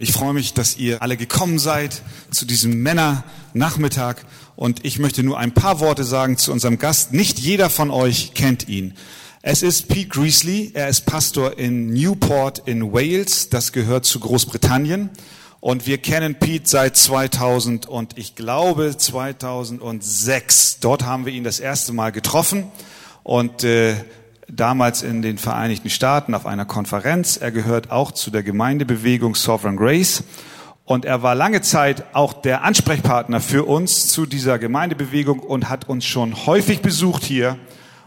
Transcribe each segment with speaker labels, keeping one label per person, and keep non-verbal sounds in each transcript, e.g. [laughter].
Speaker 1: Ich freue mich, dass ihr alle gekommen seid zu diesem Männernachmittag und ich möchte nur ein paar Worte sagen zu unserem Gast. Nicht jeder von euch kennt ihn. Es ist Pete Greasley, er ist Pastor in Newport in Wales, das gehört zu Großbritannien und wir kennen Pete seit 2000 und ich glaube 2006. Dort haben wir ihn das erste Mal getroffen und äh, damals in den Vereinigten Staaten auf einer Konferenz. Er gehört auch zu der Gemeindebewegung Sovereign Grace. Und er war lange Zeit auch der Ansprechpartner für uns zu dieser Gemeindebewegung und hat uns schon häufig besucht hier.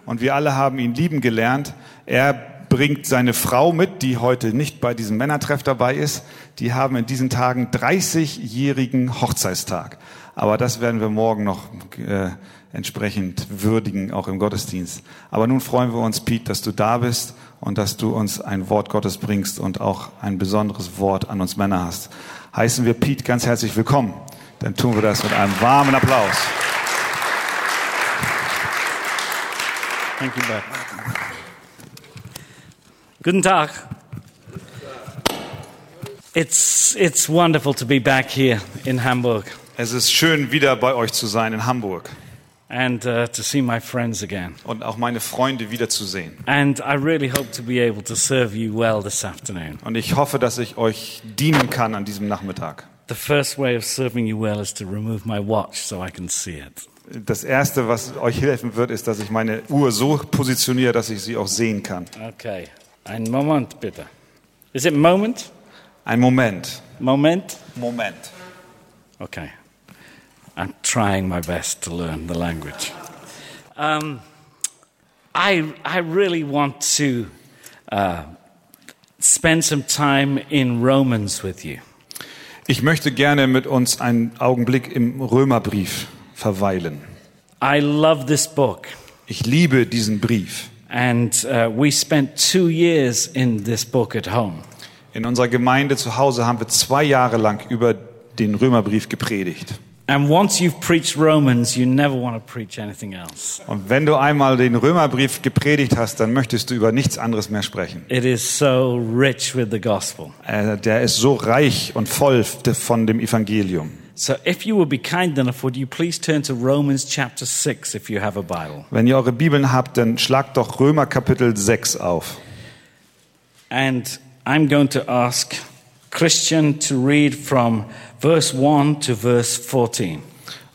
Speaker 1: Und wir alle haben ihn lieben gelernt. Er bringt seine Frau mit, die heute nicht bei diesem Männertreff dabei ist. Die haben in diesen Tagen 30-jährigen Hochzeitstag. Aber das werden wir morgen noch äh, entsprechend würdigen, auch im Gottesdienst. Aber nun freuen wir uns, Pete, dass du da bist und dass du uns ein Wort Gottes bringst und auch ein besonderes Wort an uns Männer hast. Heißen wir Pete ganz herzlich willkommen. Dann tun wir das mit einem warmen Applaus.
Speaker 2: Thank you, Bert. Guten Tag. It's, it's wonderful to be back here in Hamburg
Speaker 1: Es ist schön, wieder bei euch zu sein in Hamburg
Speaker 2: and uh, to see my friends again.
Speaker 1: und auch meine Freunde wiederzusehen.
Speaker 2: And I really hope to be able to serve you well this afternoon.
Speaker 1: Und ich hoffe, dass ich euch dienen kann an diesem Nachmittag.
Speaker 2: The first way of serving you well is to remove my watch so I can see it.
Speaker 1: Das Erste, was euch helfen wird, ist, dass ich meine Uhr so positioniere, dass ich sie auch sehen kann.
Speaker 2: Okay. Ein Moment, bitte. Is it Moment?
Speaker 1: Ein Moment.
Speaker 2: Moment?
Speaker 1: Moment.
Speaker 2: Okay. I'm trying my best to learn the language. Um, I, I really want to uh, spend some time in Romans with you.
Speaker 1: Ich möchte gerne mit uns einen Augenblick im Römerbrief verweilen.
Speaker 2: I love this book,
Speaker 1: Ich liebe diesen Brief.
Speaker 2: and uh, we spent two years in this book at home.
Speaker 1: In unserer Gemeinde zu Hause haben wir zwei Jahre lang über den Römerbrief gepredigt.
Speaker 2: And once you've preached Romans, you never want to preach anything else.
Speaker 1: Und wenn du einmal den Römerbrief gepredigt hast, dann möchtest du über nichts anderes mehr sprechen.
Speaker 2: It is so rich with the gospel.
Speaker 1: Äh, Der ist so reich und voll von dem Evangelium.
Speaker 2: So if you would be kind enough, would you please turn to Romans chapter 6 if you have a Bible?
Speaker 1: Wenn ihr eure Bibeln habt, dann schlagt doch Römer Kapitel 6 auf.
Speaker 2: And I'm going to ask Christian to read from verse 1 to verse 14.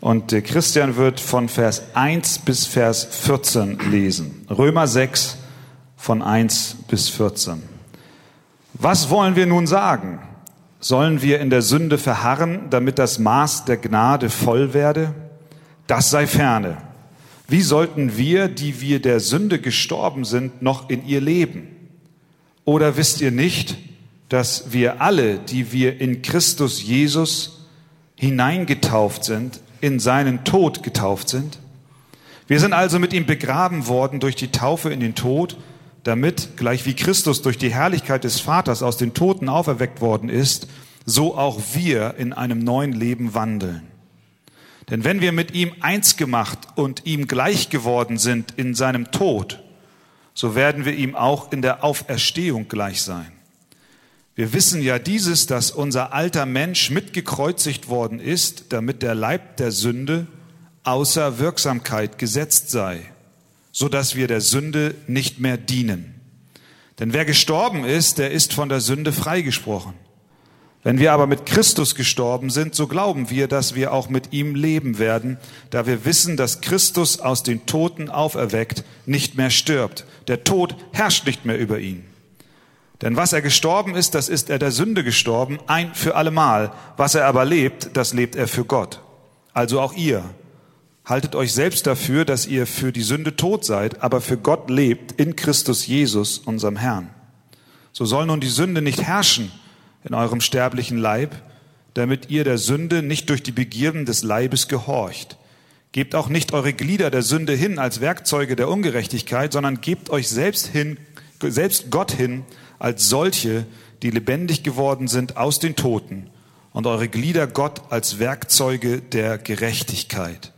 Speaker 1: Und äh, Christian wird von Vers 1 bis Vers 14 lesen. Römer 6 von 1 bis 14. Was wollen wir nun sagen? Sollen wir in der Sünde verharren, damit das Maß der Gnade voll werde? Das sei ferne. Wie sollten wir, die wir der Sünde gestorben sind, noch in ihr leben? Oder wisst ihr nicht, dass wir alle, die wir in Christus Jesus hineingetauft sind, in seinen Tod getauft sind? Wir sind also mit ihm begraben worden durch die Taufe in den Tod, damit, gleich wie Christus durch die Herrlichkeit des Vaters aus den Toten auferweckt worden ist, so auch wir in einem neuen Leben wandeln. Denn wenn wir mit ihm eins gemacht und ihm gleich geworden sind in seinem Tod, so werden wir ihm auch in der Auferstehung gleich sein. Wir wissen ja dieses, dass unser alter Mensch mitgekreuzigt worden ist, damit der Leib der Sünde außer Wirksamkeit gesetzt sei, so dass wir der Sünde nicht mehr dienen. Denn wer gestorben ist, der ist von der Sünde freigesprochen. Wenn wir aber mit Christus gestorben sind, so glauben wir, dass wir auch mit ihm leben werden, da wir wissen, dass Christus aus den Toten auferweckt nicht mehr stirbt. Der Tod herrscht nicht mehr über ihn. Denn was er gestorben ist, das ist er der Sünde gestorben, ein für allemal. Was er aber lebt, das lebt er für Gott. Also auch ihr. Haltet euch selbst dafür, dass ihr für die Sünde tot seid, aber für Gott lebt in Christus Jesus, unserem Herrn. So soll nun die Sünde nicht herrschen in eurem sterblichen Leib, damit ihr der Sünde nicht durch die Begierden des Leibes gehorcht. Gebt auch nicht eure Glieder der Sünde hin als Werkzeuge der Ungerechtigkeit, sondern gebt euch selbst hin, selbst Gott hin als solche, die lebendig geworden sind aus den Toten, und eure Glieder Gott als Werkzeuge der Gerechtigkeit.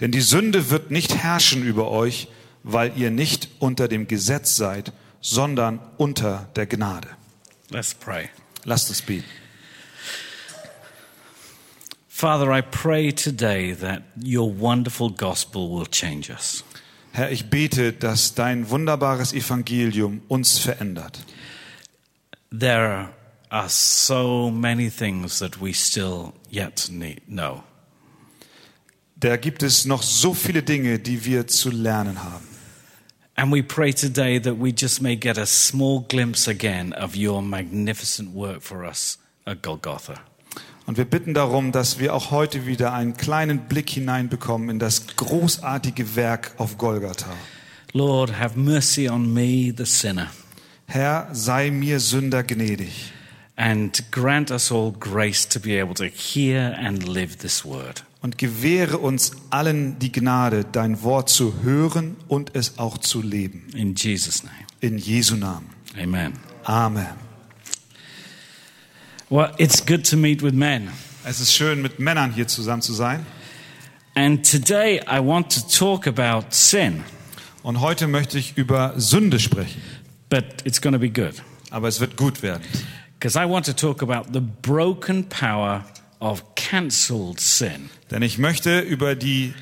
Speaker 1: Denn die Sünde wird nicht herrschen über euch, weil ihr nicht unter dem Gesetz seid, sondern unter der Gnade.
Speaker 2: Let's pray.
Speaker 1: Lasst uns beten.
Speaker 2: Father, I pray today that your wonderful gospel will change us.
Speaker 1: Herr, ich bete, dass dein wunderbares Evangelium uns verändert.
Speaker 2: There are so many things that we still yet need know.
Speaker 1: Da gibt es noch so viele Dinge, die wir zu lernen haben.
Speaker 2: And we pray today that we just may get a small glimpse again of your magnificent work for us at Golgotha.
Speaker 1: Und wir bitten darum, dass wir auch heute wieder einen kleinen Blick hineinbekommen in das großartige Werk auf Golgatha.
Speaker 2: Lord, have mercy on me, the sinner,
Speaker 1: Herr, sei mir Sünder gnädig
Speaker 2: and grant us all grace to be able to hear and live this word.
Speaker 1: und gewähre uns allen die Gnade, dein Wort zu hören und es auch zu leben.
Speaker 2: In Jesus' name,
Speaker 1: In Jesu Namen.
Speaker 2: amen.
Speaker 1: Amen.
Speaker 2: Well, it's good to meet with men.
Speaker 1: Es ist schön, mit Männern hier zusammen zu sein.
Speaker 2: And today I want to talk about sin,
Speaker 1: Und heute möchte ich über Sünde sprechen.
Speaker 2: but it's going to be good
Speaker 1: Aber es wird gut werden.
Speaker 2: because I want to talk about the broken power of cancelled sin.
Speaker 1: Denn ich möchte über die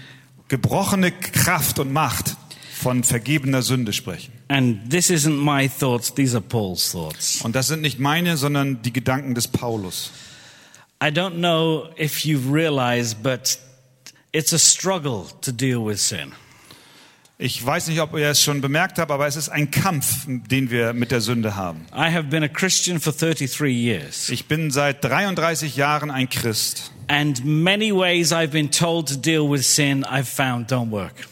Speaker 1: gebrochene Kraft und Macht von vergebener Sünde sprechen.
Speaker 2: And this isn't my thoughts, these are Paul's thoughts.
Speaker 1: Und das sind nicht meine, sondern die Gedanken des Paulus.
Speaker 2: I don't know if you've realized, but it's a struggle to deal with sin.
Speaker 1: Ich weiß nicht, ob ihr es schon bemerkt habt, aber es ist ein Kampf, den wir mit der Sünde haben.
Speaker 2: I have been a Christian for 33 years,
Speaker 1: Ich bin seit 33 Jahren ein Christ.
Speaker 2: and many ways I've been told to deal with sin I've found don't work.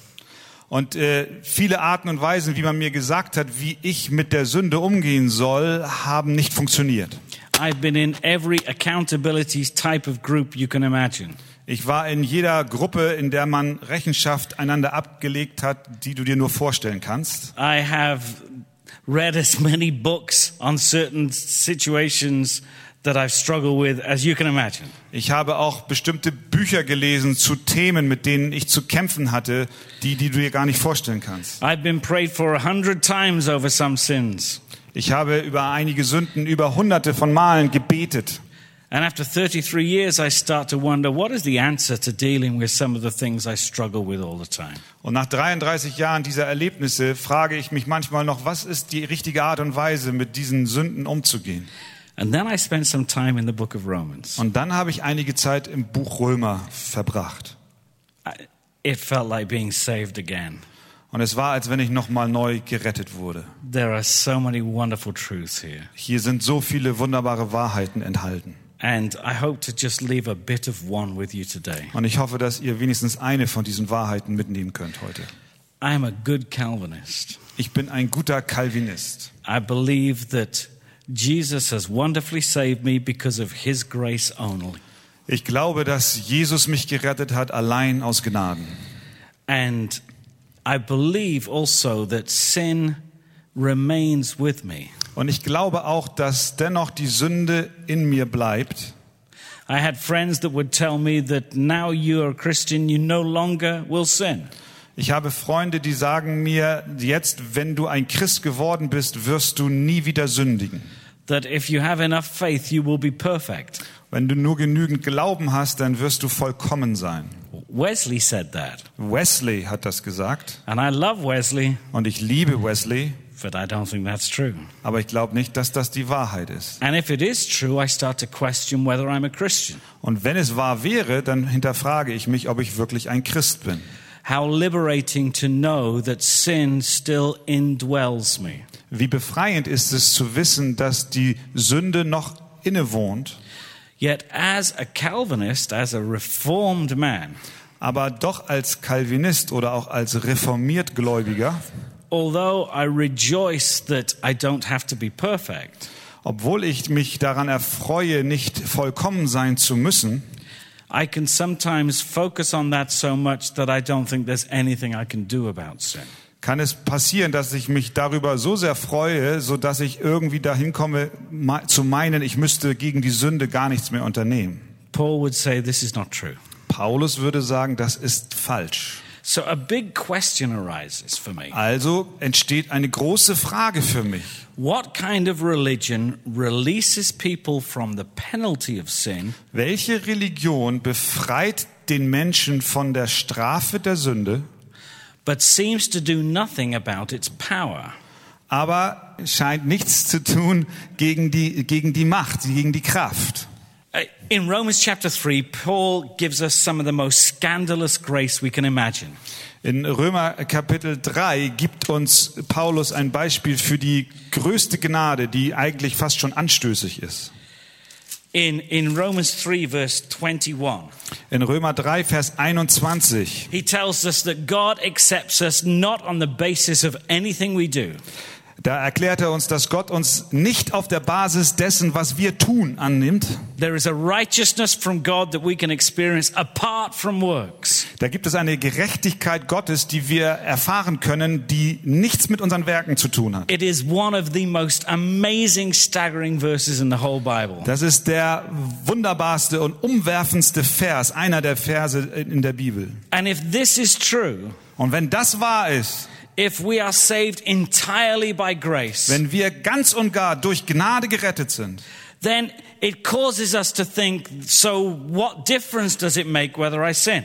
Speaker 1: Und äh, viele Arten und Weisen, wie man mir gesagt hat, wie ich mit der Sünde umgehen soll, haben nicht funktioniert.
Speaker 2: I've been in every accountability type of group you can imagine.
Speaker 1: Ich war in jeder Gruppe, in der man Rechenschaft einander abgelegt hat, die du dir nur vorstellen kannst.
Speaker 2: I have read as [laughs] many books on certain situations that I've struggled with as you can imagine.
Speaker 1: Ich habe auch bestimmte Bücher gelesen zu Themen, mit denen ich zu kämpfen hatte, die, die du dir gar nicht vorstellen kannst.
Speaker 2: I've been prayed for a hundred times over some sins.
Speaker 1: Ich habe über einige Sünden über hunderte von Malen gebetet.
Speaker 2: And after 33 years, I start to wonder what is the answer to dealing with some of the things I struggle with all the time?
Speaker 1: Und nach 33 Jahren dieser Erlebnisse frage ich mich manchmal noch, was ist die richtige Art und Weise, mit diesen Sünden umzugehen?
Speaker 2: And then I spent some time in the book of Romans.
Speaker 1: Und dann habe ich einige Zeit im Buch Römer verbracht.
Speaker 2: I, it felt like being saved again.
Speaker 1: Und es war, als wenn ich nochmal neu gerettet wurde.
Speaker 2: There are so many wonderful truths here.
Speaker 1: Hier sind so viele wunderbare Wahrheiten enthalten.
Speaker 2: And I hope to just leave a bit of one with you today.
Speaker 1: Und ich hoffe, dass ihr wenigstens eine von diesen Wahrheiten mitnehmen könnt heute.
Speaker 2: I am a good Calvinist.
Speaker 1: Ich bin ein guter Calvinist.
Speaker 2: I believe that Jesus has wonderfully saved me because of his grace only.
Speaker 1: Ich glaube, dass Jesus mich gerettet hat, allein aus Gnaden.
Speaker 2: And I believe also that sin remains with me.
Speaker 1: Und ich glaube auch, dass dennoch die Sünde in mir bleibt.
Speaker 2: I had friends that would tell me that now you're a Christian, you no longer will sin.
Speaker 1: Ich habe Freunde, die sagen mir, jetzt, wenn du ein Christ geworden bist, wirst du nie wieder sündigen.
Speaker 2: That if you have enough faith, you will be perfect.
Speaker 1: Wenn du nur genügend Glauben hast, dann wirst du vollkommen sein.
Speaker 2: Wesley said that.
Speaker 1: Wesley hat das gesagt.
Speaker 2: And I love Wesley,
Speaker 1: Und ich liebe Wesley,
Speaker 2: but I don't think that's true.
Speaker 1: aber ich glaube nicht, dass das die Wahrheit ist.
Speaker 2: And if it is true, I start to question whether I'm a Christian,
Speaker 1: Und wenn es wahr wäre, dann hinterfrage ich mich, ob ich wirklich ein Christ bin.
Speaker 2: how liberating to know that sin still indwells me.
Speaker 1: Wie befreiend ist es zu wissen, dass die Sünde noch innewohnt,
Speaker 2: Yet, as a Calvinist, as a reformed man,
Speaker 1: aber doch als Calvinist oder auch als reformiert Gläubiger,
Speaker 2: although I rejoice that I don't have to be perfect,
Speaker 1: obwohl ich mich daran erfreue, nicht vollkommen sein zu müssen,
Speaker 2: I can sometimes focus on that so much that I don't think there's anything I can do about sin.
Speaker 1: kann es passieren, dass ich mich darüber so sehr freue, so dass ich irgendwie dahin komme, me- zu meinen, ich müsste gegen die Sünde gar nichts mehr unternehmen.
Speaker 2: Paul would say this is not true.
Speaker 1: Paulus würde sagen, das ist falsch.
Speaker 2: So a big question arises for me.
Speaker 1: Also entsteht eine große Frage für mich.
Speaker 2: What kind of religion releases people from the penalty of sin
Speaker 1: Welche Religion befreit den Menschen von der Strafe der Sünde,
Speaker 2: but seems to do nothing about its power?
Speaker 1: aber scheint nichts zu tun gegen die, gegen die Macht, gegen die Kraft?
Speaker 2: Uh, In Romans chapter 3, Paul gives us some of the most scandalous grace we can imagine.
Speaker 1: In Römer Kapitel 3 gibt uns Paulus ein Beispiel für die größte Gnade, die eigentlich fast schon anstößig ist.
Speaker 2: In, in Romans 3, verse 21,
Speaker 1: In Römer 3, Vers 21
Speaker 2: he tells us that God accepts us not on the basis of anything we do,
Speaker 1: Da erklärt er uns, dass Gott uns nicht auf der Basis dessen, was wir tun, annimmt.
Speaker 2: There is a righteousness from God that we can experience apart from works.
Speaker 1: Da gibt es eine Gerechtigkeit Gottes, die wir erfahren können, die nichts mit unseren Werken zu tun hat.
Speaker 2: It is one of the most amazing, staggering verses in the whole Bible.
Speaker 1: Das ist der wunderbarste und umwerfendste Vers, einer der Verse in der Bibel.
Speaker 2: And if this is true,
Speaker 1: Und wenn das wahr ist,
Speaker 2: if we are saved entirely by grace,
Speaker 1: wenn wir ganz und gar durch Gnade gerettet sind,
Speaker 2: then it causes us to think so, what difference does it make whether I sin?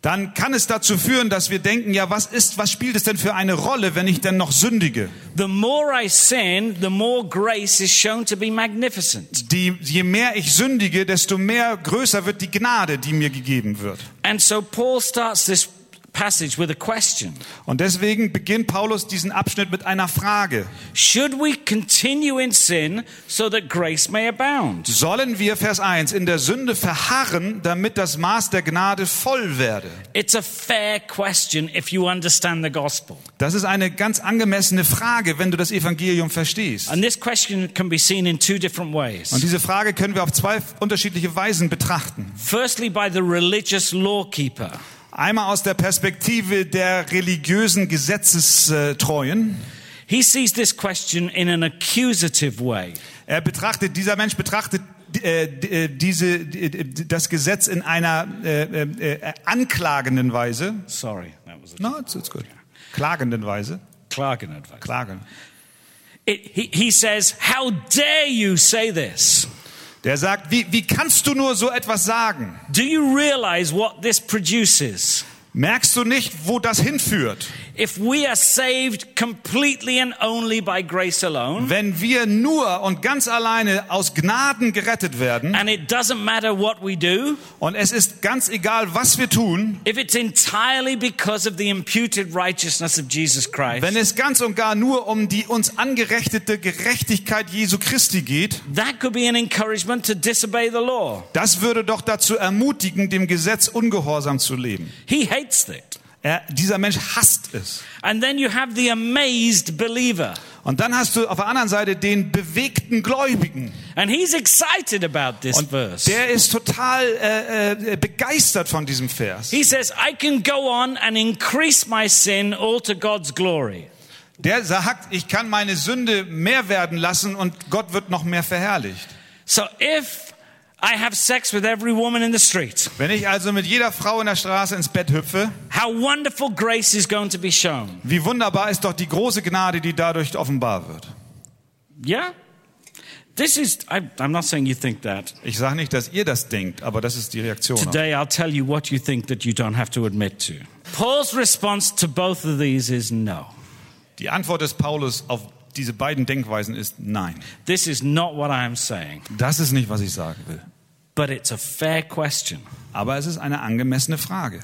Speaker 1: dann kann es dazu führen, dass wir denken, ja, was ist, was spielt es denn für eine Rolle, wenn ich denn noch sündige?
Speaker 2: The more I sin, the more grace is shown to be magnificent.
Speaker 1: Die, je mehr ich sündige, desto mehr größer wird die Gnade, die mir gegeben wird.
Speaker 2: And so Paul starts this passage with a question.
Speaker 1: Und deswegen beginnt Paulus diesen Abschnitt mit einer Frage.
Speaker 2: Should we continue in sin so that grace may abound?
Speaker 1: Sollen wir, Vers 1, in der Sünde verharren, damit das Maß der Gnade voll werde?
Speaker 2: It's a fair question if you understand the gospel.
Speaker 1: Das ist eine ganz angemessene Frage, wenn du das Evangelium verstehst.
Speaker 2: And this question can be seen in two different ways.
Speaker 1: Und diese Frage können wir auf zwei unterschiedliche Weisen betrachten.
Speaker 2: Firstly, by the religious lawkeeper.
Speaker 1: Einmal aus der Perspektive der religiösen Gesetzestreuen.
Speaker 2: He sees this question in an accusative way.
Speaker 1: Er betrachtet, dieser Mensch betrachtet äh, d- äh, diese, d- d- das Gesetz in einer äh, äh, äh, anklagenden Weise.
Speaker 2: Sorry, that was a
Speaker 1: No, it's, it's good. Klagenden Weise.
Speaker 2: Klagen advice.
Speaker 1: Klagen.
Speaker 2: It, he, he says, How dare you say this?
Speaker 1: Der sagt, wie, wie kannst du nur so etwas sagen?
Speaker 2: Do you realize what this produces?
Speaker 1: Merkst du nicht, wo das hinführt?
Speaker 2: If we are saved completely and only by grace alone,
Speaker 1: Wenn wir nur und ganz alleine aus Gnaden gerettet werden
Speaker 2: And it doesn't matter what we do,
Speaker 1: und es ist ganz egal, was wir tun,
Speaker 2: if it's entirely because of the imputed righteousness of Jesus Christ,
Speaker 1: wenn es ganz und gar nur um die uns angerechtete Gerechtigkeit Jesu Christi geht,
Speaker 2: that could be an encouragement to disobey the law.
Speaker 1: das würde doch dazu ermutigen, dem Gesetz ungehorsam zu leben.
Speaker 2: He hates it.
Speaker 1: Er, dieser Mensch hasst es.
Speaker 2: And then you have the amazed believer,
Speaker 1: Und dann hast du auf der anderen Seite den bewegten Gläubigen.
Speaker 2: and he's excited about this
Speaker 1: Und
Speaker 2: verse.
Speaker 1: der ist total äh, äh, begeistert von diesem Vers.
Speaker 2: He says, I can go on and increase my sin all to God's glory.
Speaker 1: Der sagt, ich kann meine Sünde mehr werden lassen und Gott wird noch mehr verherrlicht.
Speaker 2: So if I have sex with every woman in the street,
Speaker 1: Wenn ich also mit jeder Frau in der Straße ins Bett hüpfe,
Speaker 2: how wonderful grace is going to be shown.
Speaker 1: wie wunderbar ist doch die große Gnade, die dadurch offenbar wird.
Speaker 2: Yeah? This is, I, I'm not saying you think that.
Speaker 1: Ich sage nicht, dass ihr das denkt, aber das ist die Reaktion.
Speaker 2: Today, I'll tell you what you think that you don't have to admit to. Paul's response to both of these is no.
Speaker 1: Die Antwort des Paulus auf diese beiden Denkweisen ist nein.
Speaker 2: This is not what I'm saying,
Speaker 1: Das ist nicht, was ich sagen will.
Speaker 2: but it's a fair question.
Speaker 1: Aber es ist eine angemessene Frage.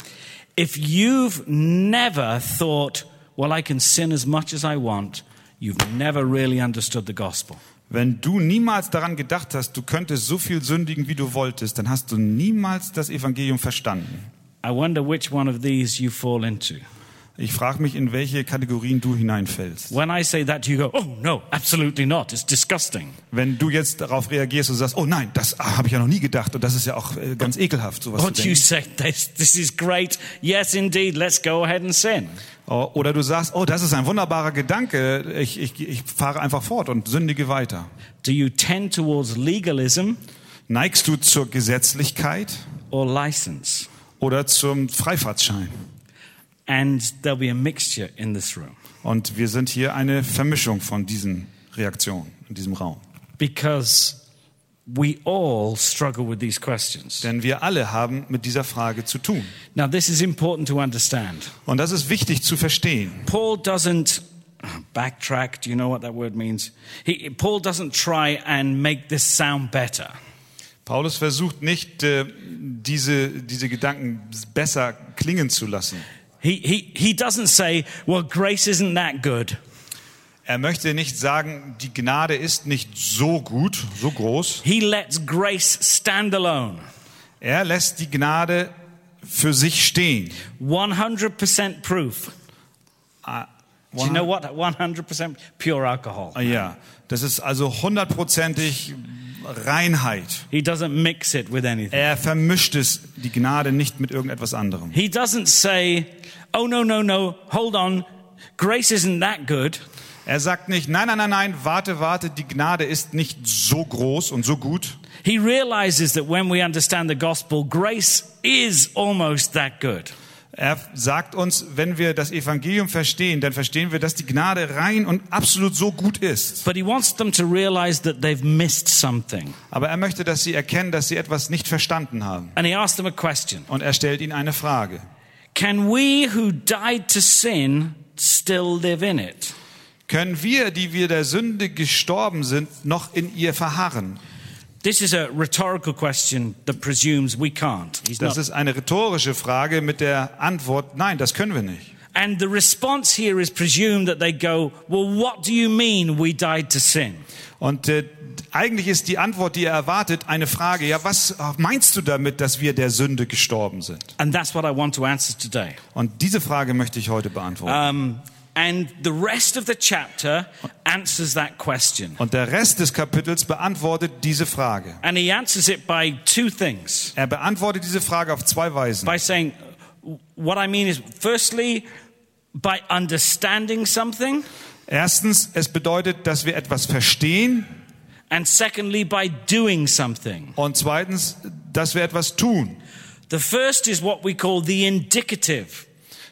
Speaker 2: If you've never thought, well, I can sin as much as I want, you've never really understood the gospel.
Speaker 1: Wenn du niemals daran gedacht hast, du könntest so viel sündigen, wie du wolltest, dann hast du niemals das Evangelium verstanden.
Speaker 2: I wonder which one of these you fall into.
Speaker 1: Ich frage mich, in welche Kategorien du hineinfällst.
Speaker 2: When I say that, you go, oh, no, absolutely not. It's disgusting.
Speaker 1: Wenn du jetzt darauf reagierst und sagst, oh nein, das ah, habe ich ja noch nie gedacht und das ist ja auch äh, ganz ekelhaft, sowas
Speaker 2: But
Speaker 1: zu
Speaker 2: you
Speaker 1: denken.
Speaker 2: say, [laughs] this, this is great. Yes, indeed. Let's go ahead and sin.
Speaker 1: Oh, Oder du sagst, oh, das ist ein wunderbarer Gedanke, ich, ich, ich fahre einfach fort und sündige weiter.
Speaker 2: Do you tend towards legalism
Speaker 1: Neigst du zur Gesetzlichkeit
Speaker 2: or license?
Speaker 1: oder zum Freifahrtschein?
Speaker 2: and there'll be a mixture in this room
Speaker 1: Und wir sind hier eine Vermischung von diesen Reaktionen in diesem Raum.
Speaker 2: because we all struggle with these questions.
Speaker 1: Denn wir alle haben mit dieser Frage zu tun.
Speaker 2: Now, this is important to understand.
Speaker 1: Und das ist wichtig zu verstehen.
Speaker 2: Paul doesn't backtrack. Do you know what that word means? He, Paul doesn't try and make this sound better.
Speaker 1: Paulus versucht nicht, äh, diese, diese Gedanken besser klingen zu lassen.
Speaker 2: He, he, he doesn't say, well, grace isn't that good.
Speaker 1: Er möchte nicht sagen, die Gnade ist nicht so gut, so groß.
Speaker 2: He lets grace stand alone,
Speaker 1: Er lässt die Gnade für sich stehen.
Speaker 2: 100% proof. Uh, Do you know what 100% pure alcohol?
Speaker 1: Ah Ja, das ist also hundertprozentig Reinheit.
Speaker 2: He doesn't mix it with anything.
Speaker 1: Er vermischt es, die Gnade nicht mit irgendetwas anderem.
Speaker 2: He doesn't say, oh, no, no, no, hold on, grace isn't that good.
Speaker 1: Er sagt nicht, nein, nein, nein, nein, warte, warte, die Gnade ist nicht so groß und so gut.
Speaker 2: He realizes that when we understand the gospel, grace is almost that good.
Speaker 1: Er sagt uns, wenn wir das Evangelium verstehen, dann verstehen wir, dass die Gnade rein und absolut so gut ist.
Speaker 2: But he wants them to realize that they've missed something.
Speaker 1: Aber er möchte, dass sie erkennen, dass sie etwas nicht verstanden haben.
Speaker 2: And he asks them a question
Speaker 1: Und er stellt ihnen eine Frage.
Speaker 2: Can we who died to sin still live in it?
Speaker 1: Können wir, die wir der Sünde gestorben sind, noch in ihr verharren?
Speaker 2: This is a rhetorical question that presumes we can't. He's
Speaker 1: Das
Speaker 2: not.
Speaker 1: ist eine rhetorische Frage mit der Antwort, nein, das können wir nicht.
Speaker 2: And the response here is presumed that they go, Well, what do you mean we died to sin?
Speaker 1: Und äh, eigentlich ist die Antwort, die er erwartet, eine Frage, ja, was meinst du damit, dass wir der Sünde gestorben sind?
Speaker 2: And that's what I want to answer today.
Speaker 1: Und diese Frage möchte ich heute beantworten.
Speaker 2: Um, and the rest of the chapter answers that question.
Speaker 1: Und der Rest des Kapitels beantwortet diese Frage.
Speaker 2: And he answers it by two things.
Speaker 1: Er beantwortet diese Frage auf zwei Weisen.
Speaker 2: By saying, What I mean is, firstly, by understanding something,
Speaker 1: Erstens, es bedeutet, dass wir etwas verstehen.
Speaker 2: and secondly, by doing something.
Speaker 1: Und zweitens, dass wir etwas tun.
Speaker 2: The first is what we call the indicative.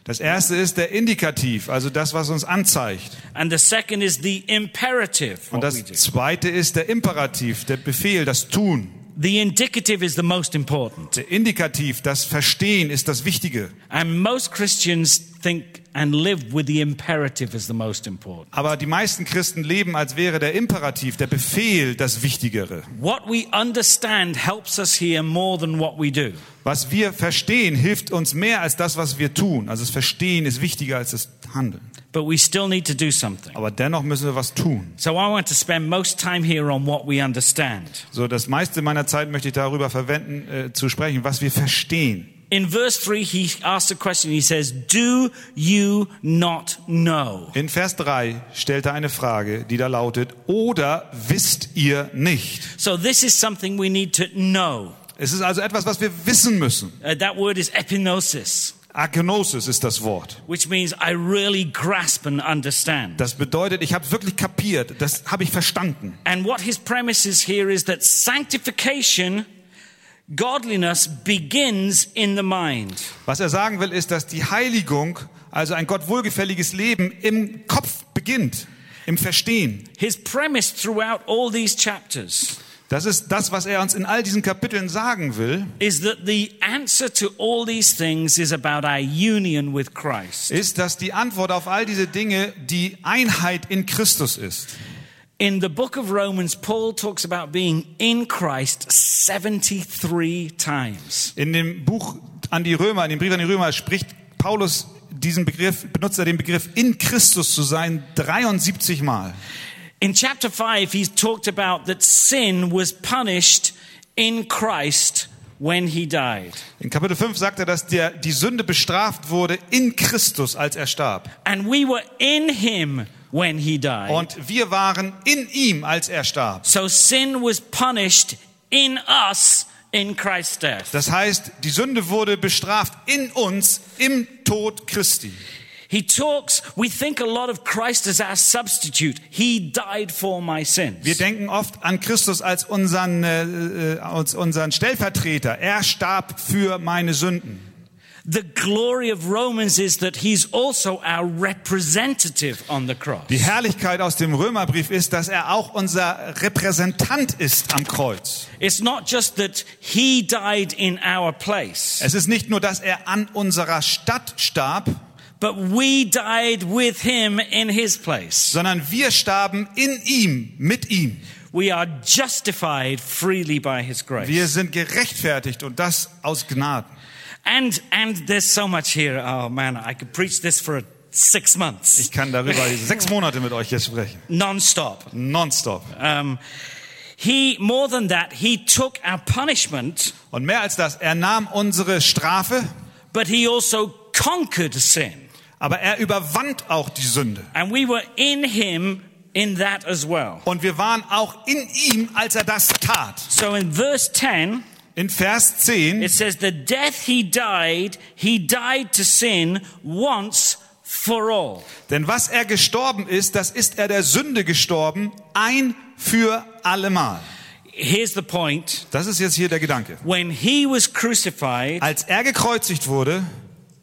Speaker 1: Das erste ist der Indikativ, also das, was uns anzeigt.
Speaker 2: And the second is the imperative.
Speaker 1: Und
Speaker 2: what we
Speaker 1: das
Speaker 2: do.
Speaker 1: zweite ist der Imperativ, der Befehl, das Tun.
Speaker 2: The indicative is the most important.
Speaker 1: Der Indikativ, das Verstehen ist das Wichtige.
Speaker 2: And most Christians think and live with the imperative as the most important.
Speaker 1: Aber die meisten Christen leben, als wäre der Imperativ, der Befehl das Wichtigere.
Speaker 2: What we understand helps us here more than what we do.
Speaker 1: Was wir verstehen, hilft uns mehr als das, was wir tun. Also das Verstehen ist wichtiger als das Handeln.
Speaker 2: But we still need to do something.
Speaker 1: Aber dennoch müssen wir was tun.
Speaker 2: So I want to spend most time here on what we understand.
Speaker 1: So, das meiste meiner Zeit möchte ich darüber verwenden, äh, zu sprechen, was wir verstehen.
Speaker 2: In verse 3, he asks a question. He says, Do you not know?
Speaker 1: In Vers 3 stellt er eine Frage, die da lautet, oder wisst ihr nicht?
Speaker 2: So this is something we need to know.
Speaker 1: Es ist also etwas, was wir wissen müssen.
Speaker 2: Uh, that word is epinosis.
Speaker 1: Agnosis ist das Wort.
Speaker 2: which means I really grasp and understand.
Speaker 1: Das bedeutet, ich habe wirklich kapiert, das habe ich verstanden.
Speaker 2: And what his premise is here is that sanctification, godliness, begins in the mind.
Speaker 1: Was er sagen will, ist, dass die Heiligung, also ein Gott wohlgefälliges Leben, im Kopf beginnt, im Verstehen.
Speaker 2: His premise throughout all these chapters
Speaker 1: Das ist das, was er uns in all diesen Kapiteln sagen will,
Speaker 2: is that the answer to all these things is about our union with Christ.
Speaker 1: ist, dass die Antwort auf all diese Dinge die Einheit in Christus ist.
Speaker 2: In the book of Romans, Paul talks about being in Christ 73 times.
Speaker 1: In dem Buch an die Römer, in dem Brief an die Römer spricht Paulus diesen Begriff, benutzt er den Begriff in Christus zu sein 73 Mal.
Speaker 2: In chapter 5, he's talked about that sin was punished in Christ when he died.
Speaker 1: In Kapitel 5 sagt er, dass der, die Sünde bestraft wurde in Christus, als er starb.
Speaker 2: And we were in him when he died.
Speaker 1: Und wir waren in ihm, als er starb.
Speaker 2: so sin was punished in us in Christ's death.
Speaker 1: Das heißt, die Sünde wurde bestraft in uns im Tod Christi.
Speaker 2: He talks, we think a lot of Christ as our substitute. He died for my sins.
Speaker 1: Wir denken oft an Christus als unseren, äh, äh, als unseren Stellvertreter. Er starb für meine Sünden.
Speaker 2: The glory of Romans is that he's also our representative on the cross.
Speaker 1: Die Herrlichkeit aus dem Römerbrief ist, dass er auch unser Repräsentant ist am Kreuz.
Speaker 2: It's not just that he died in our place,
Speaker 1: Es ist nicht nur, dass er an unserer Stadt starb,
Speaker 2: but we died with him in his place.
Speaker 1: sondern wir starben in ihm, mit ihm.
Speaker 2: We are justified freely by his grace.
Speaker 1: Wir sind gerechtfertigt und das aus Gnaden.
Speaker 2: And and there's so much here. Oh man, I could preach this for six months,
Speaker 1: Ich kann darüber sechs Monate mit euch jetzt sprechen.
Speaker 2: nonstop.
Speaker 1: Nonstop.
Speaker 2: Um, he more than that, he took our punishment,
Speaker 1: Und mehr als das, er nahm unsere Strafe,
Speaker 2: but he also conquered sin,
Speaker 1: aber er überwand auch die Sünde.
Speaker 2: and we were in him in that as well.
Speaker 1: Und wir waren auch in ihm, als er das tat.
Speaker 2: So in verse ten,
Speaker 1: In Vers 10
Speaker 2: it says, "The death he died, he died to sin once for all."
Speaker 1: Denn was er gestorben ist, das ist er der Sünde gestorben, ein für allemal.
Speaker 2: Here's the point:
Speaker 1: Das ist jetzt hier der Gedanke.
Speaker 2: when he was crucified.
Speaker 1: Als er gekreuzigt wurde,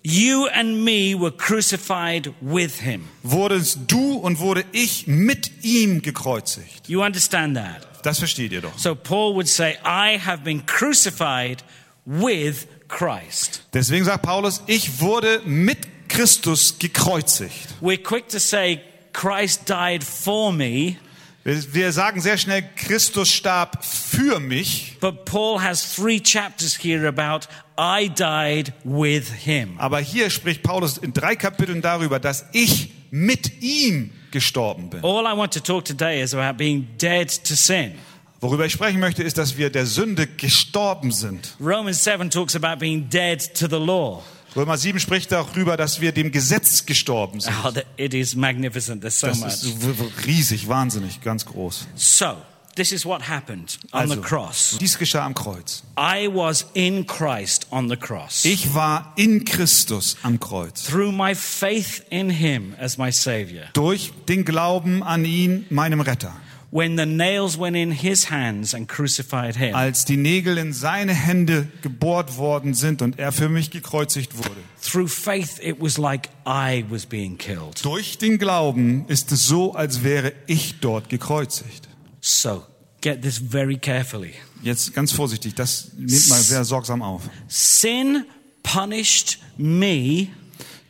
Speaker 2: You and me were crucified with him.
Speaker 1: wurdest du und wurde ich mit ihm gekreuzigt.
Speaker 2: You understand that?
Speaker 1: Das versteht ihr doch.
Speaker 2: So Paul would say, I have been crucified with Christ.
Speaker 1: Deswegen sagt Paulus, ich wurde mit Christus gekreuzigt.
Speaker 2: We're quick to say, Christ died for me,
Speaker 1: Wir, wir sagen sehr schnell, Christus starb für mich,
Speaker 2: but Paul has three chapters here about I died with him.
Speaker 1: aber hier spricht Paulus in drei Kapiteln darüber, dass ich mit ihm gestorben bin.
Speaker 2: All I want to talk today is about being dead to sin.
Speaker 1: Worüber ich sprechen möchte, ist, dass wir der Sünde gestorben sind.
Speaker 2: Romans 7 talks about being dead to the law.
Speaker 1: Römer 7 spricht darüber, dass wir dem Gesetz gestorben sind.
Speaker 2: Oh, that- it is magnificent. There's so
Speaker 1: Das
Speaker 2: much.
Speaker 1: ist w- w- riesig, wahnsinnig, ganz groß.
Speaker 2: So, this is what happened on
Speaker 1: Also,
Speaker 2: the cross.
Speaker 1: dies geschah am Kreuz.
Speaker 2: I was in Christ on the cross.
Speaker 1: Ich war in Christus am Kreuz.
Speaker 2: Through my faith in him as my savior.
Speaker 1: Durch den Glauben an ihn, meinem Retter.
Speaker 2: When the nails went in his hands and crucified him.
Speaker 1: Als die Nägel in seine Hände gebohrt worden sind und er für mich gekreuzigt wurde.
Speaker 2: Through faith, it was like I was being killed.
Speaker 1: Durch den Glauben ist es so, als wäre ich dort gekreuzigt.
Speaker 2: So, get this very carefully.
Speaker 1: Jetzt ganz vorsichtig, das nimmt mal sehr sorgsam auf.
Speaker 2: Sin punished me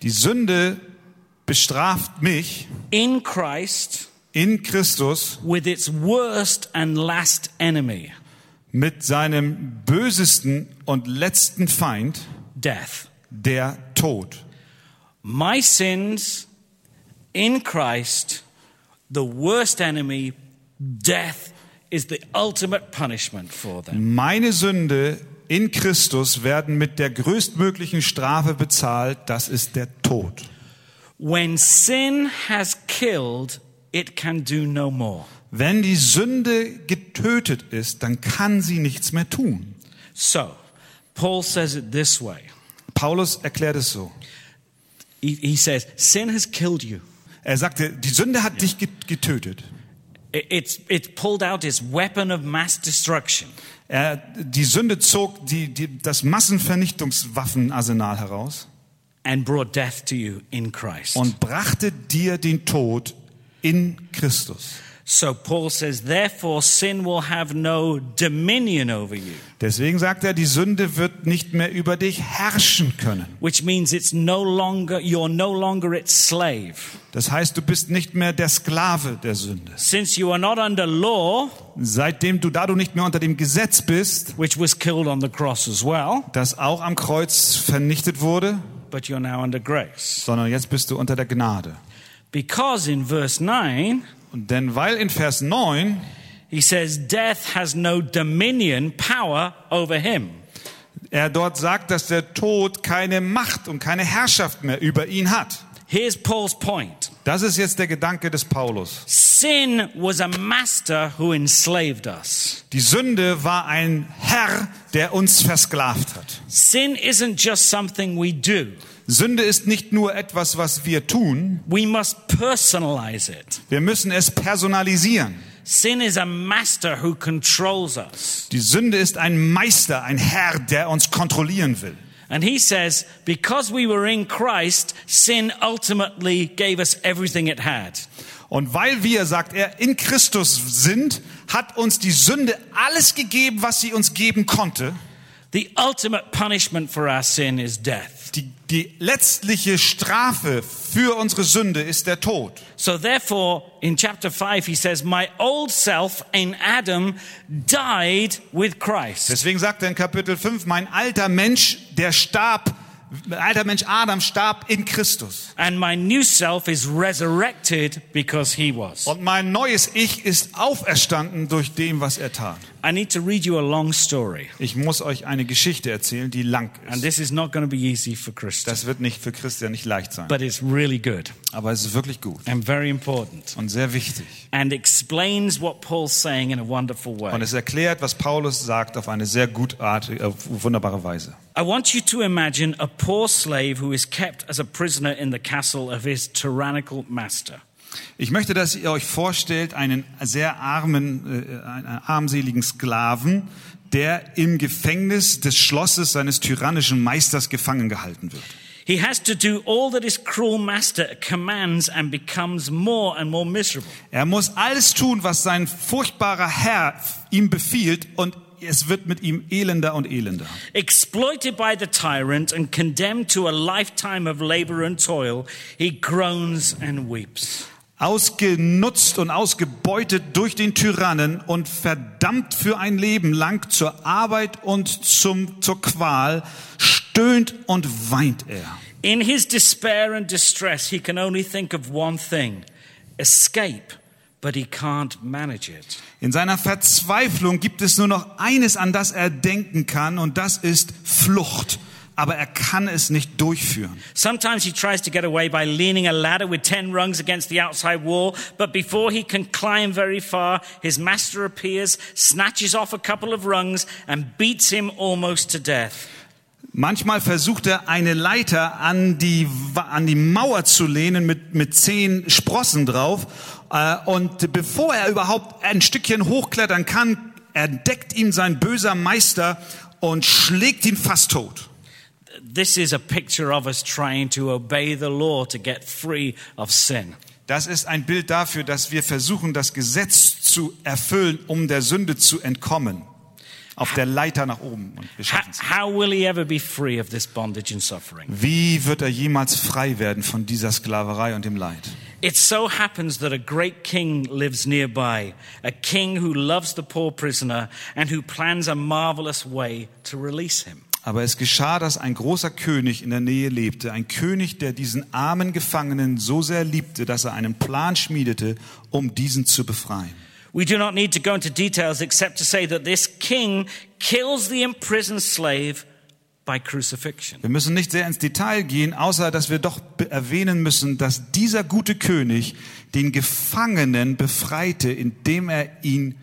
Speaker 1: Die Sünde bestraft mich
Speaker 2: in Christ
Speaker 1: in Christus
Speaker 2: with its worst and last enemy,
Speaker 1: mit seinem bösesten und letzten Feind,
Speaker 2: death.
Speaker 1: der Tod.
Speaker 2: My sins in Christ, the worst enemy, death, is the ultimate punishment for them.
Speaker 1: Meine Sünde in Christus werden mit der größtmöglichen Strafe bezahlt, das ist der Tod.
Speaker 2: When sin has killed, it can do no more.
Speaker 1: Wenn die Sünde getötet ist, dann kann sie nichts mehr tun.
Speaker 2: So, Paul says it this way
Speaker 1: Paulus erklärt es so.
Speaker 2: He, he says, Sin has killed you.
Speaker 1: Er sagte, die Sünde hat dich get- getötet.
Speaker 2: It- it's, it's pulled out its weapon of mass destruction.
Speaker 1: Er, die Sünde zog die, die, das Massenvernichtungswaffenarsenal heraus
Speaker 2: And brought death to you in Christ.
Speaker 1: und brachte dir den Tod in Christus.
Speaker 2: So Paul says, therefore, sin will have no dominion over you.
Speaker 1: Deswegen sagt er, die Sünde wird nicht mehr über dich herrschen können.
Speaker 2: which means it's no longer you're no longer its slave
Speaker 1: Das heißt, du bist nicht mehr der Sklave der Sünde.
Speaker 2: since you are not under law
Speaker 1: Seitdem du, da du nicht mehr unter dem Gesetz bist,
Speaker 2: which was killed on the cross as well
Speaker 1: das auch am Kreuz vernichtet wurde,
Speaker 2: but you're now under grace
Speaker 1: sondern jetzt bist du unter der Gnade.
Speaker 2: because in verse 9
Speaker 1: Und denn weil in Vers 9
Speaker 2: he says death has no dominion power over him
Speaker 1: er dort sagt, dass der Tod keine Macht und keine Herrschaft mehr über ihn hat.
Speaker 2: here's paul's point
Speaker 1: Das ist jetzt der Gedanke des Paulus.
Speaker 2: sin was a master who enslaved us
Speaker 1: Die Sünde war ein Herr, der uns versklavt hat.
Speaker 2: sin isn't just something we do
Speaker 1: Sünde ist nicht nur etwas, was wir tun,
Speaker 2: we must personalize it
Speaker 1: Wir müssen es personalisieren.
Speaker 2: sin is a master who controls us
Speaker 1: Die Sünde ist ein Meister, ein Herr, der uns kontrollieren will.
Speaker 2: And he says, because we were in Christ, sin ultimately gave us everything it had.
Speaker 1: Und weil wir, sagt er, in Christus sind, hat uns die Sünde alles gegeben, was sie uns geben konnte.
Speaker 2: The ultimate punishment for our sin is death.
Speaker 1: Die, die letztliche Strafe für unsere Sünde ist der Tod.
Speaker 2: So, therefore, in chapter 5, he says, My old self in Adam died with Christ.
Speaker 1: Deswegen sagt er in Kapitel 5, mein alter Mensch, der starb, mein alter Mensch Adam starb in Christus.
Speaker 2: And my new self is resurrected because he was.
Speaker 1: Und mein neues Ich ist auferstanden durch dem, was er tat.
Speaker 2: I need to read you a long story.
Speaker 1: Ich muss euch eine Geschichte erzählen, die lang
Speaker 2: And
Speaker 1: ist.
Speaker 2: this is not going to be easy for Christians,
Speaker 1: Das wird nicht für Christian nicht leicht sein,
Speaker 2: but it's really good
Speaker 1: aber es ist wirklich gut
Speaker 2: and very important
Speaker 1: und sehr wichtig.
Speaker 2: and explains what Paul's saying in a wonderful
Speaker 1: Und
Speaker 2: way.
Speaker 1: es erklärt, was Paulus sagt, auf eine sehr gutartige, auf wunderbare Weise.
Speaker 2: I want you to imagine a poor slave who is kept as a prisoner in the castle of his tyrannical master.
Speaker 1: Ich möchte, dass ihr euch vorstellt, einen sehr armen, äh, einen armseligen Sklaven, der im Gefängnis des Schlosses seines tyrannischen Meisters gefangen gehalten wird.
Speaker 2: He has to do all that his cruel master commands and becomes more and more miserable.
Speaker 1: Er muss alles tun, was sein furchtbarer Herr ihm befiehlt und es wird mit ihm elender und elender.
Speaker 2: Exploited by the tyrant and condemned to a lifetime of labor and toil, he groans and weeps.
Speaker 1: Ausgenutzt und ausgebeutet durch den Tyrannen und verdammt für ein Leben lang zur Arbeit und zum, zur Qual, stöhnt und weint er.
Speaker 2: In his despair and distress, he can only think of one thing escape, but he can't manage it.
Speaker 1: In seiner Verzweiflung gibt es nur noch eines, an das er denken kann, und das ist Flucht. Aber er kann es nicht durchführen.
Speaker 2: Sometimes he tries to get away by leaning a ladder with 10 rungs against the outside wall, but before he can climb very far, his master appears, snatches off a couple of rungs, and beats him almost to death.
Speaker 1: Manchmal versucht er, eine Leiter an die, Wa- an die Mauer zu lehnen mit, mit zehn Sprossen drauf. Äh, Und bevor er überhaupt ein Stückchen hochklettern kann, entdeckt ihm sein böser Meister und schlägt ihn fast tot.
Speaker 2: This is a picture of us trying to obey the law to get free of sin.
Speaker 1: Das ist ein Bild dafür, dass wir versuchen, das Gesetz zu erfüllen, um der Sünde zu entkommen. Auf der Leiter nach oben und wir
Speaker 2: How,
Speaker 1: schaffen es.
Speaker 2: how will he ever be free of this bondage and suffering?
Speaker 1: Wie wird er jemals frei werden von dieser Sklaverei und dem Leid?
Speaker 2: It so happens that a great king lives nearby, a king who loves the poor prisoner and who plans a marvelous way to release him.
Speaker 1: Aber es geschah, dass ein großer König in der Nähe lebte, ein König, der diesen armen Gefangenen so sehr liebte, dass er einen Plan schmiedete, um diesen zu befreien.
Speaker 2: We do not need to go into details except to say that this king kills the imprisoned slave by crucifixion.
Speaker 1: Wir müssen nicht sehr ins Detail gehen, außer dass wir doch be- erwähnen müssen, dass dieser gute König den Gefangenen befreite, indem er ihn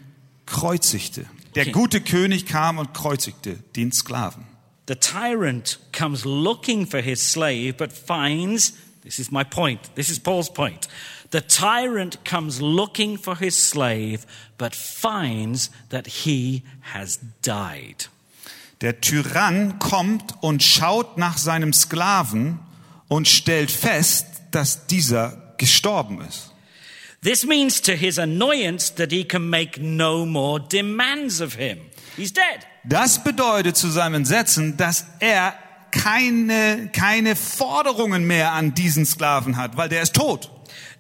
Speaker 1: kreuzigte. Der
Speaker 2: Okay.
Speaker 1: gute König kam und kreuzigte den Sklaven.
Speaker 2: The tyrant comes looking for his slave but finds this is my point, this is Paul's point. The tyrant comes looking for his slave but finds that he has died.
Speaker 1: Der Tyrann kommt und schaut nach seinem Sklaven und stellt fest, dass dieser gestorben ist.
Speaker 2: This means to his annoyance that he can make no more demands of him. He's dead.
Speaker 1: Das bedeutet zu seinem Entsetzen, dass er keine, keine Forderungen mehr an diesen Sklaven hat, weil der ist tot.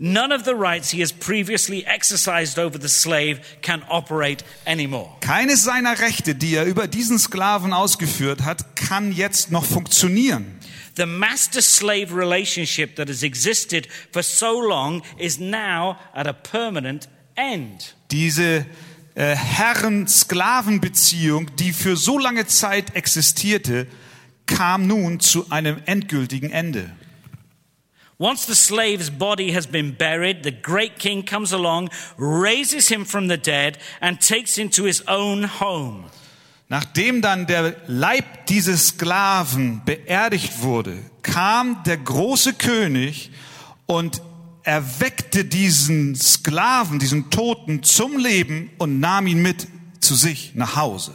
Speaker 2: None of the rights he has previously exercised over the slave can operate anymore.
Speaker 1: Keines seiner Rechte, die er über diesen Sklaven ausgeführt hat, kann jetzt noch funktionieren.
Speaker 2: The master slave relationship that has existed for so long is now at a permanent end.
Speaker 1: Diese äh, Herren-Sklaven-Beziehung, die für so lange Zeit existierte, kam nun zu einem endgültigen Ende.
Speaker 2: Once the slave's body has been buried, the great king comes along, raises him from the dead, and takes him to his own home.
Speaker 1: Nachdem dann der Leib dieses Sklaven beerdigt wurde, kam der große König und erweckte diesen Sklaven, diesen Toten zum Leben und nahm ihn mit zu sich nach Hause.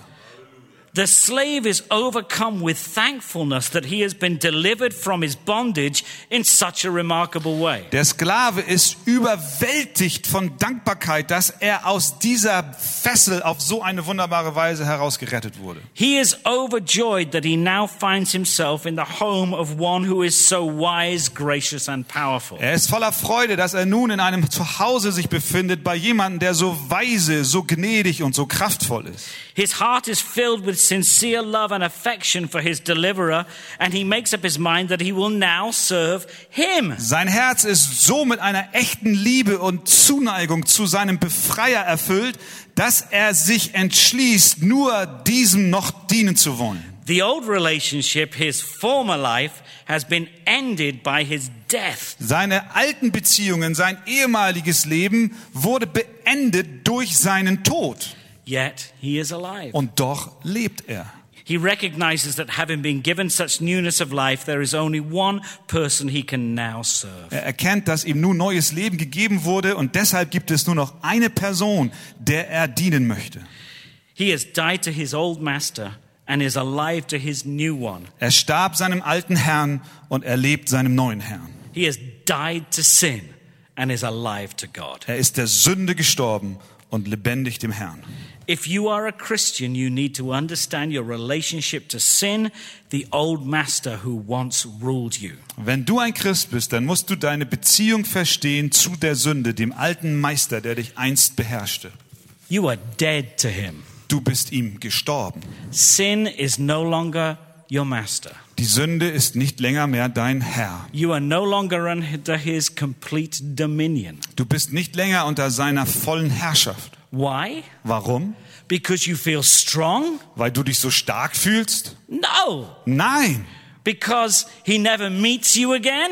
Speaker 2: The slave is overcome with thankfulness that he has been delivered from his bondage in such a remarkable way.
Speaker 1: Der Sklave ist überwältigt von Dankbarkeit, dass er aus dieser Fessel auf so eine wunderbare Weise herausgerettet wurde.
Speaker 2: He is overjoyed that he now finds himself in the home of one who is so wise, gracious, and powerful.
Speaker 1: Er ist voller Freude, dass er nun in einem Zuhause sich befindet bei jemandem, der so weise, so gnädig und so kraftvoll ist.
Speaker 2: His heart is filled with sincere love and affection for his deliverer, and he makes up his mind that he will now serve him.
Speaker 1: Sein Herz ist so mit einer echten Liebe und Zuneigung zu seinem Befreier erfüllt, dass er sich entschließt, nur diesem noch dienen zu wollen.
Speaker 2: The old relationship, his former life, has been ended by his death.
Speaker 1: Seine alten Beziehungen, sein ehemaliges Leben wurde beendet durch seinen Tod.
Speaker 2: Yet he is alive.
Speaker 1: Und doch lebt er.
Speaker 2: He recognizes that having been given such newness of life, there is only one person he can now serve.
Speaker 1: Er erkennt, dass ihm nun neues Leben gegeben wurde und deshalb gibt es nur noch eine Person, der er dienen möchte.
Speaker 2: He has died to his old master and is alive to his new one.
Speaker 1: Er starb seinem alten Herrn und er lebt seinem neuen Herrn.
Speaker 2: He has died to sin and is alive to God.
Speaker 1: Er ist der Sünde gestorben und lebendig dem Herrn.
Speaker 2: If you are a Christian, you need to understand your relationship to sin, the old master who once ruled you.
Speaker 1: Wenn du ein Christ bist, dann musst du deine Beziehung verstehen zu der Sünde, dem alten Meister, der dich einst beherrschte.
Speaker 2: You are dead to him.
Speaker 1: Du bist ihm gestorben.
Speaker 2: Sin is no longer your master.
Speaker 1: Die Sünde ist nicht länger mehr dein Herr.
Speaker 2: You are no longer under his complete dominion.
Speaker 1: Du bist nicht länger unter seiner vollen Herrschaft.
Speaker 2: Why?
Speaker 1: Warum?
Speaker 2: Because you feel strong?
Speaker 1: Weil du dich so stark fühlst?
Speaker 2: No.
Speaker 1: Nein,
Speaker 2: Because he never meets you again?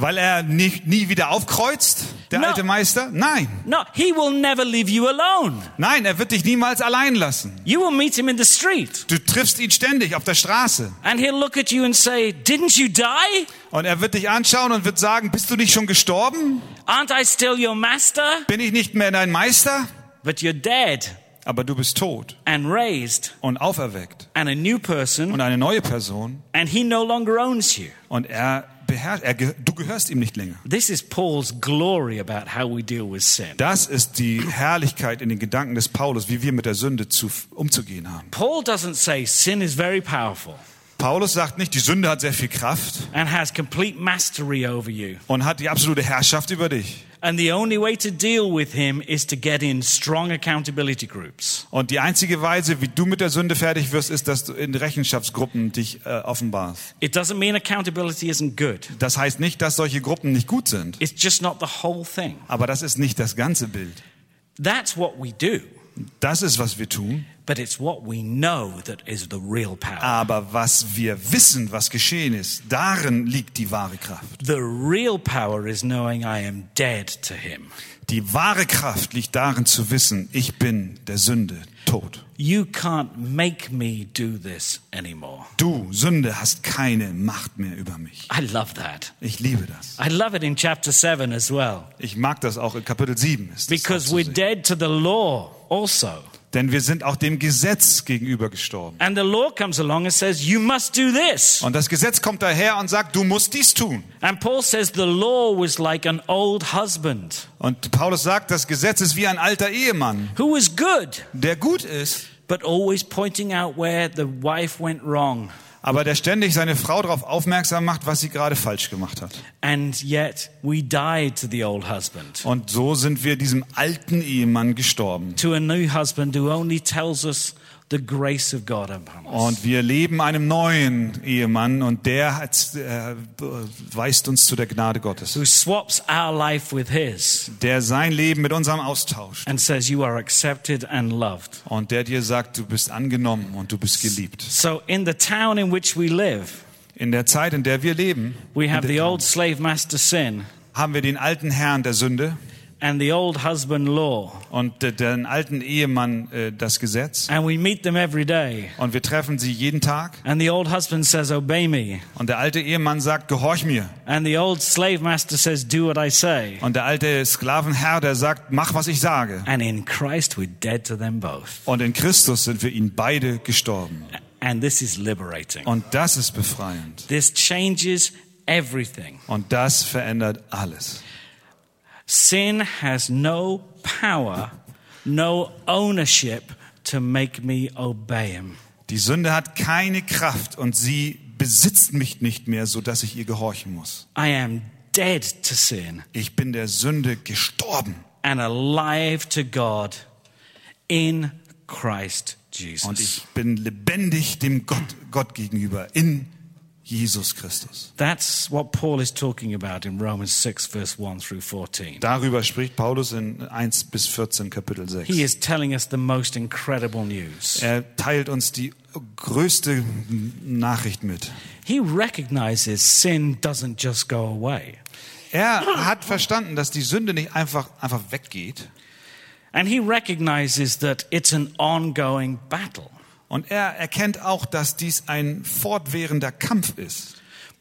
Speaker 1: weil er nicht, nie wieder aufkreuzt, der
Speaker 2: No.
Speaker 1: alte Meister? Nein,
Speaker 2: No, he will never leave you alone.
Speaker 1: nein, er wird dich niemals allein lassen.
Speaker 2: You will meet him in the street
Speaker 1: Du triffst ihn ständig auf der Straße
Speaker 2: and he'll look at you and say, Didn't you die?
Speaker 1: und er wird dich anschauen und wird sagen, bist du nicht schon gestorben?
Speaker 2: Aren't I still your master?
Speaker 1: Bin ich nicht mehr dein Meister?
Speaker 2: But you're dead
Speaker 1: Aber du bist tot
Speaker 2: and raised
Speaker 1: und auferweckt
Speaker 2: and a new person
Speaker 1: und eine neue Person
Speaker 2: and he no longer owns you.
Speaker 1: und er beherrscht, er, ge- du gehörst ihm nicht länger.
Speaker 2: This is Paul's glory about how we deal with sin.
Speaker 1: Das ist die Herrlichkeit in den Gedanken des Paulus, wie wir mit der Sünde zu, umzugehen haben.
Speaker 2: Paul doesn't say sin is very powerful
Speaker 1: Paulus sagt nicht, die Sünde hat sehr viel Kraft
Speaker 2: and has complete mastery over you.
Speaker 1: und hat die absolute Herrschaft über dich.
Speaker 2: And the only way to deal with him is to get in strong accountability groups.
Speaker 1: Und die einzige Weise, wie du mit der Sünde fertig wirst, ist, dass du in Rechenschaftsgruppen dich äh, offenbarst.
Speaker 2: It doesn't mean accountability isn't good,
Speaker 1: Das heißt nicht, dass solche Gruppen nicht gut sind,
Speaker 2: it's just not the whole thing.
Speaker 1: aber das ist nicht das ganze Bild.
Speaker 2: That's what we do,
Speaker 1: Das ist, was wir tun,
Speaker 2: but it's what we know that is the real power.
Speaker 1: aber was wir wissen, was geschehen ist, darin liegt die wahre Kraft.
Speaker 2: the real power is knowing I am dead to him.
Speaker 1: Die wahre Kraft liegt darin zu wissen, ich bin der Sünde tot.
Speaker 2: You can't make me do this anymore.
Speaker 1: Du, Sünde, hast keine Macht mehr über mich.
Speaker 2: I love that.
Speaker 1: Ich liebe das.
Speaker 2: I love it in chapter 7 as well,
Speaker 1: Ich mag das auch in Kapitel 7. Ist das
Speaker 2: because
Speaker 1: auch zu
Speaker 2: we're
Speaker 1: sehen.
Speaker 2: dead to the law also.
Speaker 1: Denn wir sind auch dem Gesetz gegenüber gestorben.
Speaker 2: And the law comes along and says, You must do this.
Speaker 1: Und das Gesetz kommt daher und sagt, du musst dies tun.
Speaker 2: And Paul says the law was like an old husband
Speaker 1: Und Paulus sagt, das Gesetz ist wie ein alter Ehemann,
Speaker 2: who was good,
Speaker 1: der gut ist,
Speaker 2: but always pointing out where the wife went wrong.
Speaker 1: aber der ständig seine Frau darauf aufmerksam macht, was sie gerade falsch gemacht hat.
Speaker 2: And yet we died to the old husband,
Speaker 1: Und so sind wir diesem alten Ehemann gestorben.
Speaker 2: to a new husband who only tells us the grace of God upon us.
Speaker 1: Und wir leben einem neuen Ehemann und der hat, äh, weist uns zu der Gnade Gottes,
Speaker 2: who swaps our life with his
Speaker 1: der sein Leben mit unserem austauscht
Speaker 2: and says, You are accepted and loved.
Speaker 1: und der dir sagt, du bist angenommen und du bist geliebt.
Speaker 2: So, in the town in which we live,
Speaker 1: In der Zeit, in der wir leben,
Speaker 2: we have the old slave master sin,
Speaker 1: haben wir den alten Herrn der Sünde,
Speaker 2: and the old husband law.
Speaker 1: und äh, den alten Ehemann äh, das Gesetz.
Speaker 2: And we meet them every day.
Speaker 1: Und wir treffen sie jeden Tag.
Speaker 2: And the old husband says, Obey me.
Speaker 1: Und der alte Ehemann sagt, gehorch mir.
Speaker 2: And the old slave master says, Do what I say.
Speaker 1: Und der alte Sklavenherr, der sagt, mach, was ich sage.
Speaker 2: And in Christ, we're dead to them both.
Speaker 1: Und in Christus sind wir ihnen beide gestorben.
Speaker 2: And this is liberating.
Speaker 1: Und das ist befreiend.
Speaker 2: This changes everything.
Speaker 1: Und das verändert alles.
Speaker 2: Sin has no power, no ownership to make me obey him.
Speaker 1: Die Sünde hat keine Kraft und sie besitzt mich nicht mehr, so dass ich ihr gehorchen muss.
Speaker 2: I am dead to sin
Speaker 1: Ich bin der Sünde gestorben
Speaker 2: and alive to God in Christ
Speaker 1: und
Speaker 2: Jesus.
Speaker 1: ich bin lebendig dem Gott, Gott gegenüber in Jesus Christus.
Speaker 2: That's what Paul is talking about in Romans 6, verse 1 through 14.
Speaker 1: Darüber spricht Paulus in 1 bis 14 Kapitel 6.
Speaker 2: He is telling us the most incredible news.
Speaker 1: Er teilt uns die größte Nachricht mit.
Speaker 2: He recognizes sin doesn't just go away.
Speaker 1: Er hat verstanden, dass die Sünde nicht einfach, einfach weggeht.
Speaker 2: And he recognizes that it's an ongoing battle.
Speaker 1: Und er erkennt auch, dass dies ein fortwährender Kampf ist.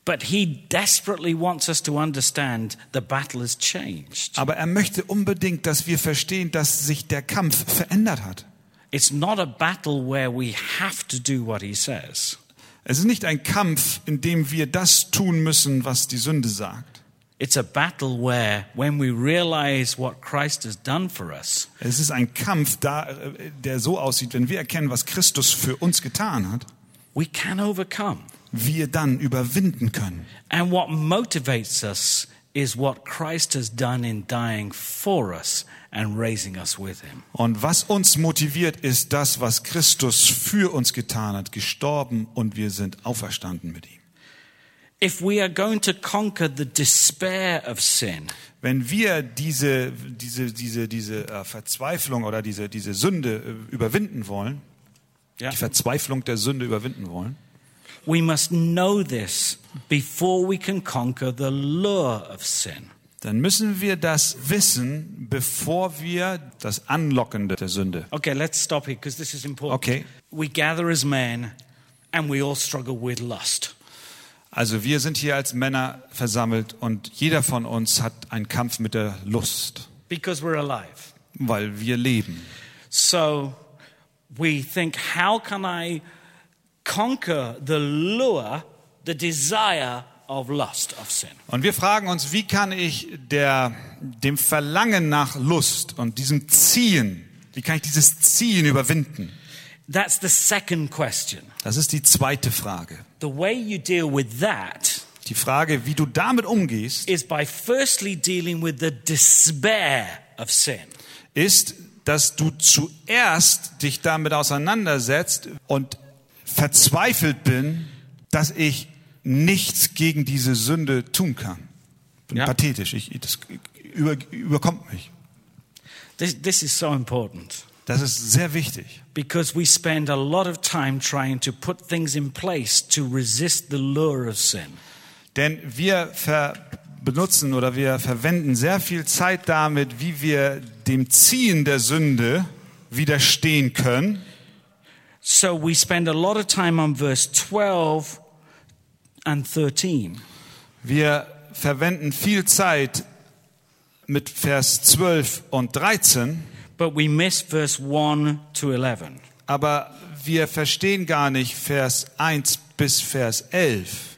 Speaker 2: But he desperately wants us to understand the battle has changed.
Speaker 1: Aber er möchte unbedingt, dass wir verstehen, dass sich der Kampf verändert hat.
Speaker 2: It's not a battle where we have to do what he says.
Speaker 1: Es ist nicht ein Kampf, in dem wir das tun müssen, was die Sünde sagt.
Speaker 2: It's a battle where, when we realize what Christ has done for us,
Speaker 1: Es ist ein Kampf, da, äh, der so aussieht, wenn wir erkennen, was Christus für uns getan hat,
Speaker 2: we can overcome.
Speaker 1: wir dann überwinden können.
Speaker 2: And what motivates us is what Christ has done in dying for us and raising us with him.
Speaker 1: Und was uns motiviert, ist das, was Christus für uns getan hat, gestorben und wir sind auferstanden mit ihm.
Speaker 2: If we are going to conquer the despair of sin,
Speaker 1: Wenn wir diese, diese, diese, diese äh, Verzweiflung oder diese, diese Sünde äh, überwinden wollen,
Speaker 2: Ja.
Speaker 1: die Verzweiflung der Sünde überwinden wollen,
Speaker 2: we must know this before we can conquer the lure of sin.
Speaker 1: dann müssen wir das wissen, bevor wir das Anlockende der Sünde.
Speaker 2: Okay, let's stop here because this is important.
Speaker 1: Okay.
Speaker 2: We gather as men and we all struggle with lust.
Speaker 1: Also wir sind hier als Männer versammelt und jeder von uns hat einen Kampf mit der Lust,
Speaker 2: because we're alive.
Speaker 1: weil wir leben.
Speaker 2: So we think, how can I conquer the lure, the desire of lust, of sin?
Speaker 1: Und wir fragen uns, wie kann ich der, dem Verlangen nach Lust und diesem Ziehen, wie kann ich dieses Ziehen überwinden?
Speaker 2: That's the second question.
Speaker 1: Das ist die zweite Frage.
Speaker 2: The way you deal with that
Speaker 1: Die Frage, wie du damit umgehst,
Speaker 2: is by firstly dealing with the despair of sin.
Speaker 1: ist, dass du zuerst dich damit auseinandersetzt und verzweifelt bin, dass ich nichts gegen diese Sünde tun kann. Bin
Speaker 2: Ja.
Speaker 1: pathetisch, ich, das über, überkommt mich.
Speaker 2: This, this is so important
Speaker 1: Das ist sehr wichtig.
Speaker 2: because we spend a lot of time trying to put things in place to resist the lure of sin.
Speaker 1: Denn wir ver benutzen oder wir verwenden sehr viel Zeit damit, wie wir dem Ziehen der Sünde widerstehen können.
Speaker 2: So we spend a lot of time on verse 12 and 13.
Speaker 1: Wir verwenden viel Zeit mit Vers 12 und 13,
Speaker 2: But we miss verse 1 to 11.
Speaker 1: aber wir verstehen gar nicht Vers 1 bis Vers 11.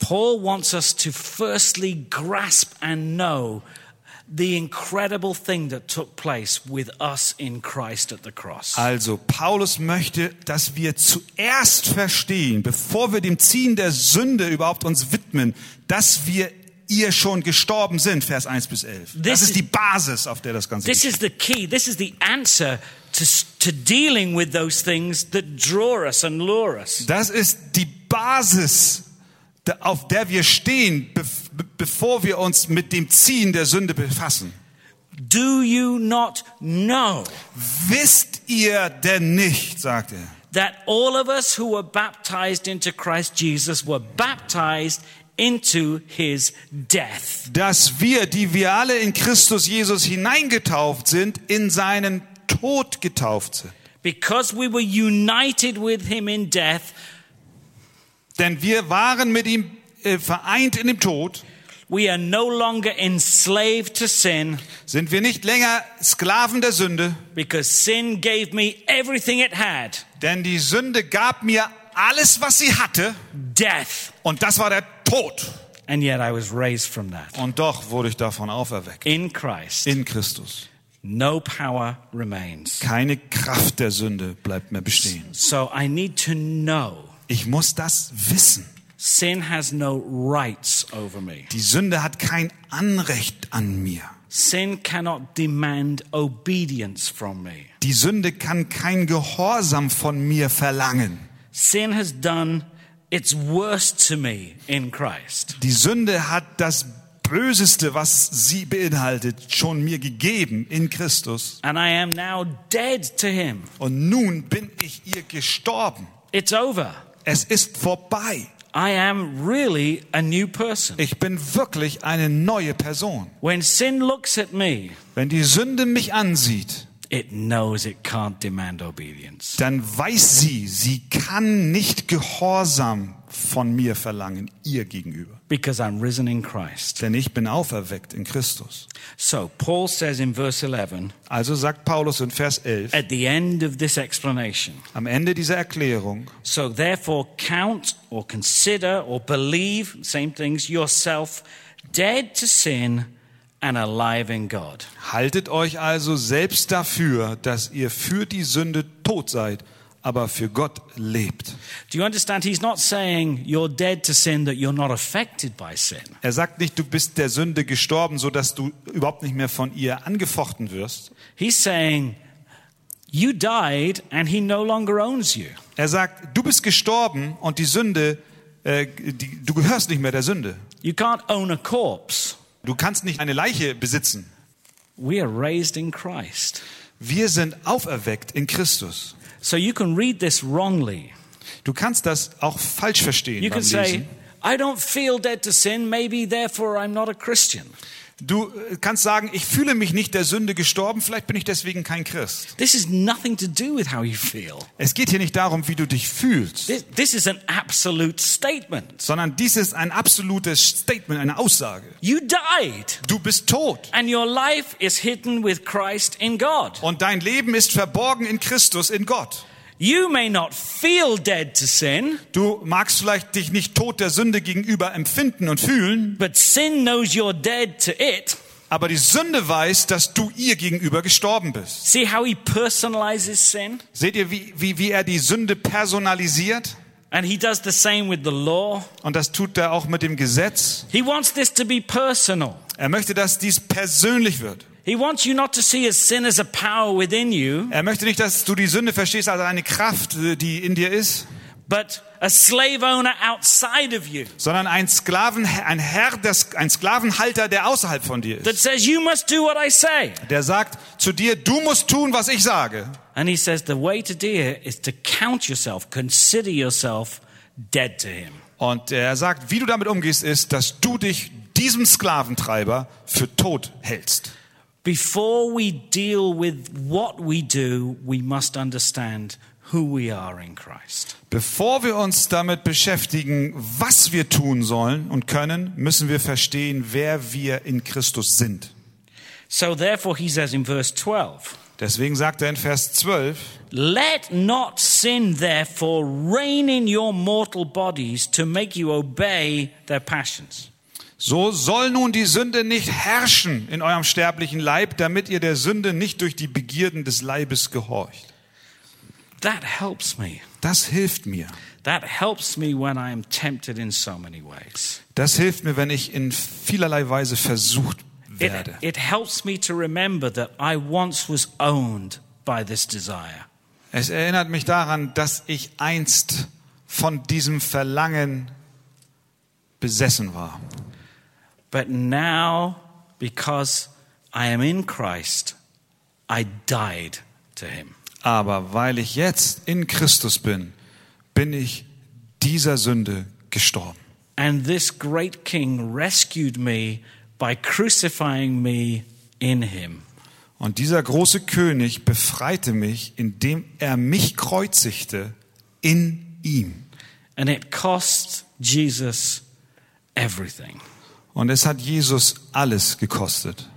Speaker 2: Paul wants us to firstly grasp and know the incredible thing that took place with us in Christ at the cross.
Speaker 1: Also, Paulus möchte, dass wir zuerst verstehen, bevor wir dem Ziehen der Sünde überhaupt uns widmen, dass wir ihr schon gestorben sind, Vers 1 bis 11.
Speaker 2: This
Speaker 1: Das ist die Basis, auf der das Ganze
Speaker 2: This
Speaker 1: ist.
Speaker 2: is the key, this is the answer to, s- to dealing with those things that draw us and lure us.
Speaker 1: Das ist die Basis, da- auf der wir stehen, bef- be- bevor wir uns mit dem Ziehen der Sünde befassen.
Speaker 2: Do you not know?
Speaker 1: Wisst ihr denn nicht, sagt er,
Speaker 2: that all of us who were baptized into Christ Jesus were baptized into his death.
Speaker 1: dass wir, die wir alle in Christus Jesus hineingetauft sind, in seinen Tod getauft sind.
Speaker 2: Because we were united with him in death,
Speaker 1: Denn wir waren mit ihm äh, vereint in dem Tod,
Speaker 2: we are no longer enslaved to sin
Speaker 1: sind wir nicht länger Sklaven der Sünde,
Speaker 2: because sin gave me everything it had
Speaker 1: denn die Sünde gab mir alles, was sie hatte,
Speaker 2: death.
Speaker 1: und das war der Tod.
Speaker 2: And yet I was raised from that.
Speaker 1: Und doch wurde ich davon auferweckt.
Speaker 2: In Christ,
Speaker 1: In Christus.
Speaker 2: no power remains.
Speaker 1: Keine Kraft der Sünde bleibt mehr bestehen.
Speaker 2: So I need to know
Speaker 1: Ich muss das wissen.
Speaker 2: sin has no rights over me,
Speaker 1: Die Sünde hat kein Anrecht an mir.
Speaker 2: sin cannot demand obedience from me.
Speaker 1: Die Sünde kann kein Gehorsam von mir verlangen.
Speaker 2: Sin has done its worst to me in Christ.
Speaker 1: Die Sünde hat das Böseste, was sie beinhaltet, schon mir gegeben in Christus.
Speaker 2: And I am now dead to him.
Speaker 1: Und nun bin ich ihr gestorben.
Speaker 2: It's over.
Speaker 1: Es ist vorbei.
Speaker 2: I am really a new person.
Speaker 1: Ich bin wirklich eine neue Person.
Speaker 2: When sin looks at me,
Speaker 1: Wenn die Sünde mich ansieht,
Speaker 2: it knows it can't demand obedience.
Speaker 1: dann weiß sie, sie kann nicht Gehorsam von mir verlangen, ihr gegenüber.
Speaker 2: Because I'm risen in Christ.
Speaker 1: Denn ich bin auferweckt in Christus.
Speaker 2: So, Paul says in verse 11,
Speaker 1: Also sagt Paulus in Vers 11,
Speaker 2: at the end of this explanation,
Speaker 1: am Ende dieser Erklärung,
Speaker 2: So therefore, count or consider or believe, same things, yourself dead to sin and alive in God.
Speaker 1: Haltet euch also selbst dafür, dass ihr für die Sünde tot seid, aber für Gott lebt.
Speaker 2: Do you understand? He's not saying you're dead to sin, that you're not affected by sin.
Speaker 1: Er sagt nicht, du bist der Sünde gestorben, so dass du überhaupt nicht mehr von ihr angefochten wirst.
Speaker 2: He's saying you died and he no longer owns you.
Speaker 1: Er sagt, du bist gestorben und die Sünde, äh, die, du gehörst nicht mehr der Sünde.
Speaker 2: You can't own a corpse.
Speaker 1: Du kannst nicht eine Leiche besitzen.
Speaker 2: We are raised in Christ.
Speaker 1: Wir sind auferweckt in Christus.
Speaker 2: So you can read this wrongly.
Speaker 1: Du kannst das auch falsch verstehen
Speaker 2: You
Speaker 1: beim
Speaker 2: can
Speaker 1: Lesen.
Speaker 2: say, I don't feel dead to sin, maybe therefore I'm not a Christian.
Speaker 1: du äh, kannst sagen, ich fühle mich nicht der Sünde gestorben, vielleicht bin ich deswegen kein Christ.
Speaker 2: This is nothing to do with how you feel.
Speaker 1: Es geht hier nicht darum, wie du dich fühlst,
Speaker 2: This, this is an absolute statement.
Speaker 1: sondern dies ist ein absolutes Statement, eine Aussage.
Speaker 2: You died,
Speaker 1: Du bist tot
Speaker 2: and your life is hidden with Christ in God.
Speaker 1: und dein Leben ist verborgen in Christus, in Gott.
Speaker 2: You may not feel dead to sin,
Speaker 1: Du magst vielleicht dich nicht tot der Sünde gegenüber empfinden und fühlen,
Speaker 2: but sin knows you're dead to it.
Speaker 1: aber die Sünde weiß, dass du ihr gegenüber gestorben bist.
Speaker 2: See how he personalizes sin?
Speaker 1: Seht ihr, wie, wie, wie er die Sünde personalisiert?
Speaker 2: And he does the same with the law.
Speaker 1: Und das tut er auch mit dem Gesetz.
Speaker 2: He wants this to be personal.
Speaker 1: Er möchte, dass dies persönlich wird.
Speaker 2: He wants you not to see his sin as a power within you,
Speaker 1: Er möchte nicht, dass du die Sünde verstehst als eine Kraft, die in dir ist,
Speaker 2: but a slave owner outside of you
Speaker 1: sondern ein Sklaven, ein Herr, des, ein Sklavenhalter, der außerhalb von dir
Speaker 2: that
Speaker 1: ist.
Speaker 2: says, You must do what I say.
Speaker 1: Der sagt zu dir, du musst tun, was ich sage.
Speaker 2: And he says the way to do it is to count yourself, consider yourself dead to him.
Speaker 1: Und er sagt, wie du damit umgehst, ist, dass du dich diesem Sklaventreiber für tot hältst.
Speaker 2: Before we deal with what we do, we must understand who we are in Christ.
Speaker 1: Bevor wir uns damit beschäftigen, was wir tun sollen und können, müssen wir verstehen, wer wir in Christus sind.
Speaker 2: So therefore, he says in verse 12,
Speaker 1: Deswegen sagt er in Vers 12,
Speaker 2: Let not sin therefore reign in your mortal bodies to make you obey their passions.
Speaker 1: So soll nun die Sünde nicht herrschen in eurem sterblichen Leib, damit ihr der Sünde nicht durch die Begierden des Leibes gehorcht.
Speaker 2: That helps me.
Speaker 1: Das hilft mir.
Speaker 2: That helps me when I am tempted in so many ways.
Speaker 1: Das hilft mir, wenn ich in vielerlei Weise versucht
Speaker 2: It,
Speaker 1: werde.
Speaker 2: it helps me to remember that I once was owned by this desire.
Speaker 1: Es erinnert mich daran, dass ich einst von diesem Verlangen besessen war.
Speaker 2: But now, because I am in Christ, I died to him.
Speaker 1: Aber weil ich jetzt in Christus bin, bin ich dieser Sünde gestorben.
Speaker 2: And this great king rescued me by crucifying me in him.
Speaker 1: Und dieser große König befreite mich, indem er mich kreuzigte in ihm.
Speaker 2: And it cost Jesus everything.
Speaker 1: Und es hat Jesus alles gekostet.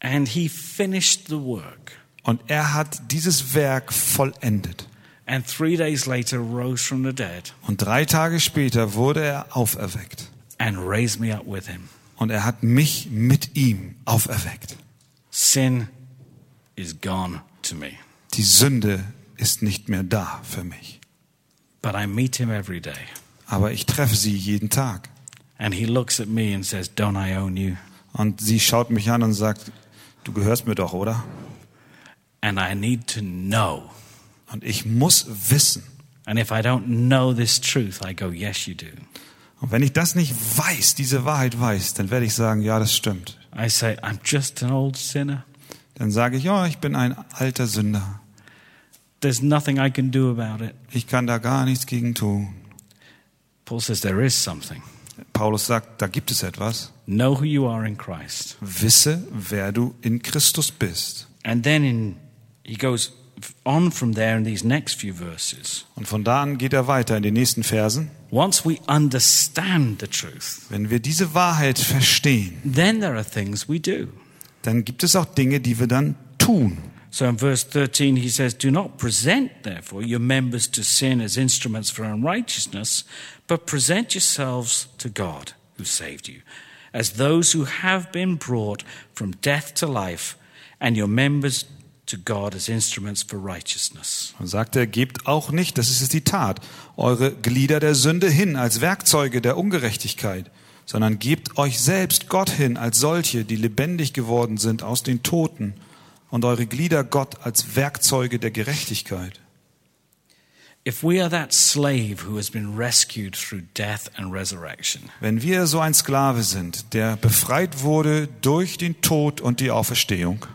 Speaker 2: And he finished the work.
Speaker 1: Und er hat dieses Werk vollendet.
Speaker 2: And three days later rose from the dead
Speaker 1: Und drei Tage später wurde er auferweckt.
Speaker 2: and raised me up with him.
Speaker 1: Und er hat mich mit ihm auferweckt.
Speaker 2: Sin is gone to me.
Speaker 1: Die Sünde ist nicht mehr da für mich.
Speaker 2: But I meet him every day.
Speaker 1: Aber ich treffe sie jeden Tag.
Speaker 2: And he looks at me and says, Don't I own you?
Speaker 1: Und sie schaut mich an und sagt, du gehörst mir doch, oder?
Speaker 2: And I need to know.
Speaker 1: Und ich muss wissen.
Speaker 2: And if I don't know this truth, I go, Yes, you do.
Speaker 1: Und wenn ich das nicht weiß, diese Wahrheit weiß, dann werde ich sagen, ja, das stimmt.
Speaker 2: I say, I'm just an old sinner.
Speaker 1: Dann sage ich, ja, ich bin ein alter Sünder.
Speaker 2: There's nothing I can do about it.
Speaker 1: Ich kann da gar nichts gegen tun.
Speaker 2: Paul says, There is something.
Speaker 1: Paulus sagt, da gibt es etwas.
Speaker 2: Know who you are in Christ.
Speaker 1: Wisse, wer du in Christus bist.
Speaker 2: And then in, he goes on from there in these next few verses.
Speaker 1: Und von da an geht er weiter in den nächsten Versen.
Speaker 2: Once we understand the truth,
Speaker 1: Wenn wir diese Wahrheit verstehen,
Speaker 2: then there are things we do.
Speaker 1: dann gibt es auch Dinge, die wir dann tun.
Speaker 2: So in verse 13, he says, Do not present, therefore, your members to sin as instruments for unrighteousness, but present yourselves to God who saved you, as those who have been brought from death to life, and your members to God as instruments for righteousness.
Speaker 1: Und sagt er, gebt auch nicht, das ist jetzt die Tat, eure Glieder der Sünde hin als Werkzeuge der Ungerechtigkeit, sondern gebt euch selbst Gott hin als solche, die lebendig geworden sind aus den Toten und eure Glieder Gott als Werkzeuge der Gerechtigkeit.
Speaker 2: If we are that slave who has been rescued through death and resurrection,
Speaker 1: Wenn wir so ein Sklave sind, der befreit wurde durch den Tod und die Auferstehung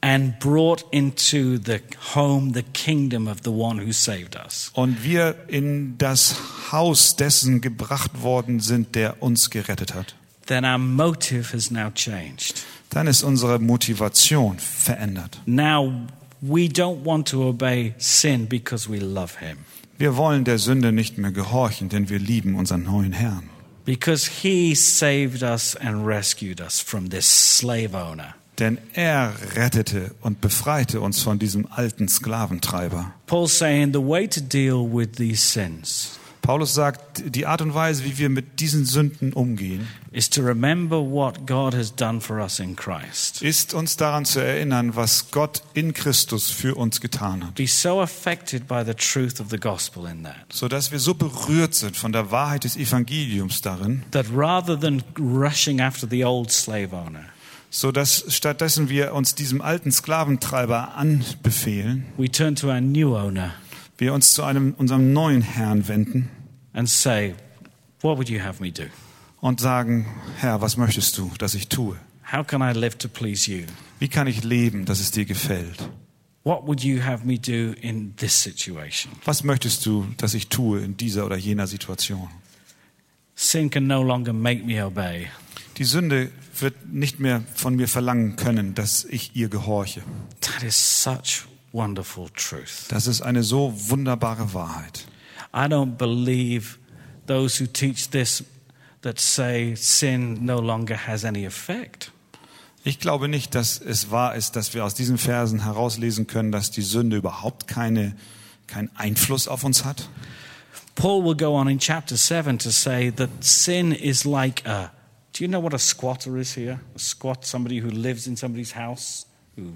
Speaker 2: and brought into the home, the kingdom of the one who saved us,
Speaker 1: und wir in das Haus dessen gebracht worden sind, der uns gerettet hat,
Speaker 2: then our motive has now changed.
Speaker 1: dann ist unsere Motivation verändert.
Speaker 2: Now we don't want to obey sin because we love him,
Speaker 1: Wir wollen der Sünde nicht mehr gehorchen, denn wir lieben unseren neuen Herrn,
Speaker 2: because he saved us and rescued us from this slave owner.
Speaker 1: denn er rettete und befreite uns von diesem alten Sklaventreiber.
Speaker 2: Paul's saying the way to deal with these sins
Speaker 1: Paulus sagt, die Art und Weise, wie wir mit diesen Sünden umgehen,
Speaker 2: is to remember what God has done for us in Christ.
Speaker 1: ist uns daran zu erinnern, was Gott in Christus für uns getan hat,
Speaker 2: Be so affected by the truth of the gospel in that,
Speaker 1: sodass wir so berührt sind von der Wahrheit des Evangeliums darin,
Speaker 2: that rather than rushing after the old slave owner,
Speaker 1: sodass stattdessen wir uns diesem alten Sklaventreiber anbefehlen,
Speaker 2: we turn to our new owner
Speaker 1: wir uns zu einem, unserem neuen Herrn wenden
Speaker 2: and say, What would you have me do?
Speaker 1: und sagen, Herr, was möchtest du, dass ich tue?
Speaker 2: How can I live to please you?
Speaker 1: Wie kann ich leben, dass es dir gefällt?
Speaker 2: What would you have me do in this situation?
Speaker 1: Was möchtest du, dass ich tue in dieser oder jener Situation?
Speaker 2: Sin can no longer make me obey.
Speaker 1: Die Sünde wird nicht mehr von mir verlangen können, dass ich ihr gehorche.
Speaker 2: That is such wonderful truth.
Speaker 1: Das ist eine so wunderbare Wahrheit.
Speaker 2: I don't believe those who teach this that say sin no longer has any effect.
Speaker 1: Ich glaube nicht, dass es wahr ist, dass wir aus diesen Versen herauslesen können, dass die Sünde überhaupt keine, keinen Einfluss auf uns hat.
Speaker 2: Paul will go on in chapter 7 to say that sin is like a. Do you know what a squatter is here? A squat, somebody who lives in somebody's house. Who,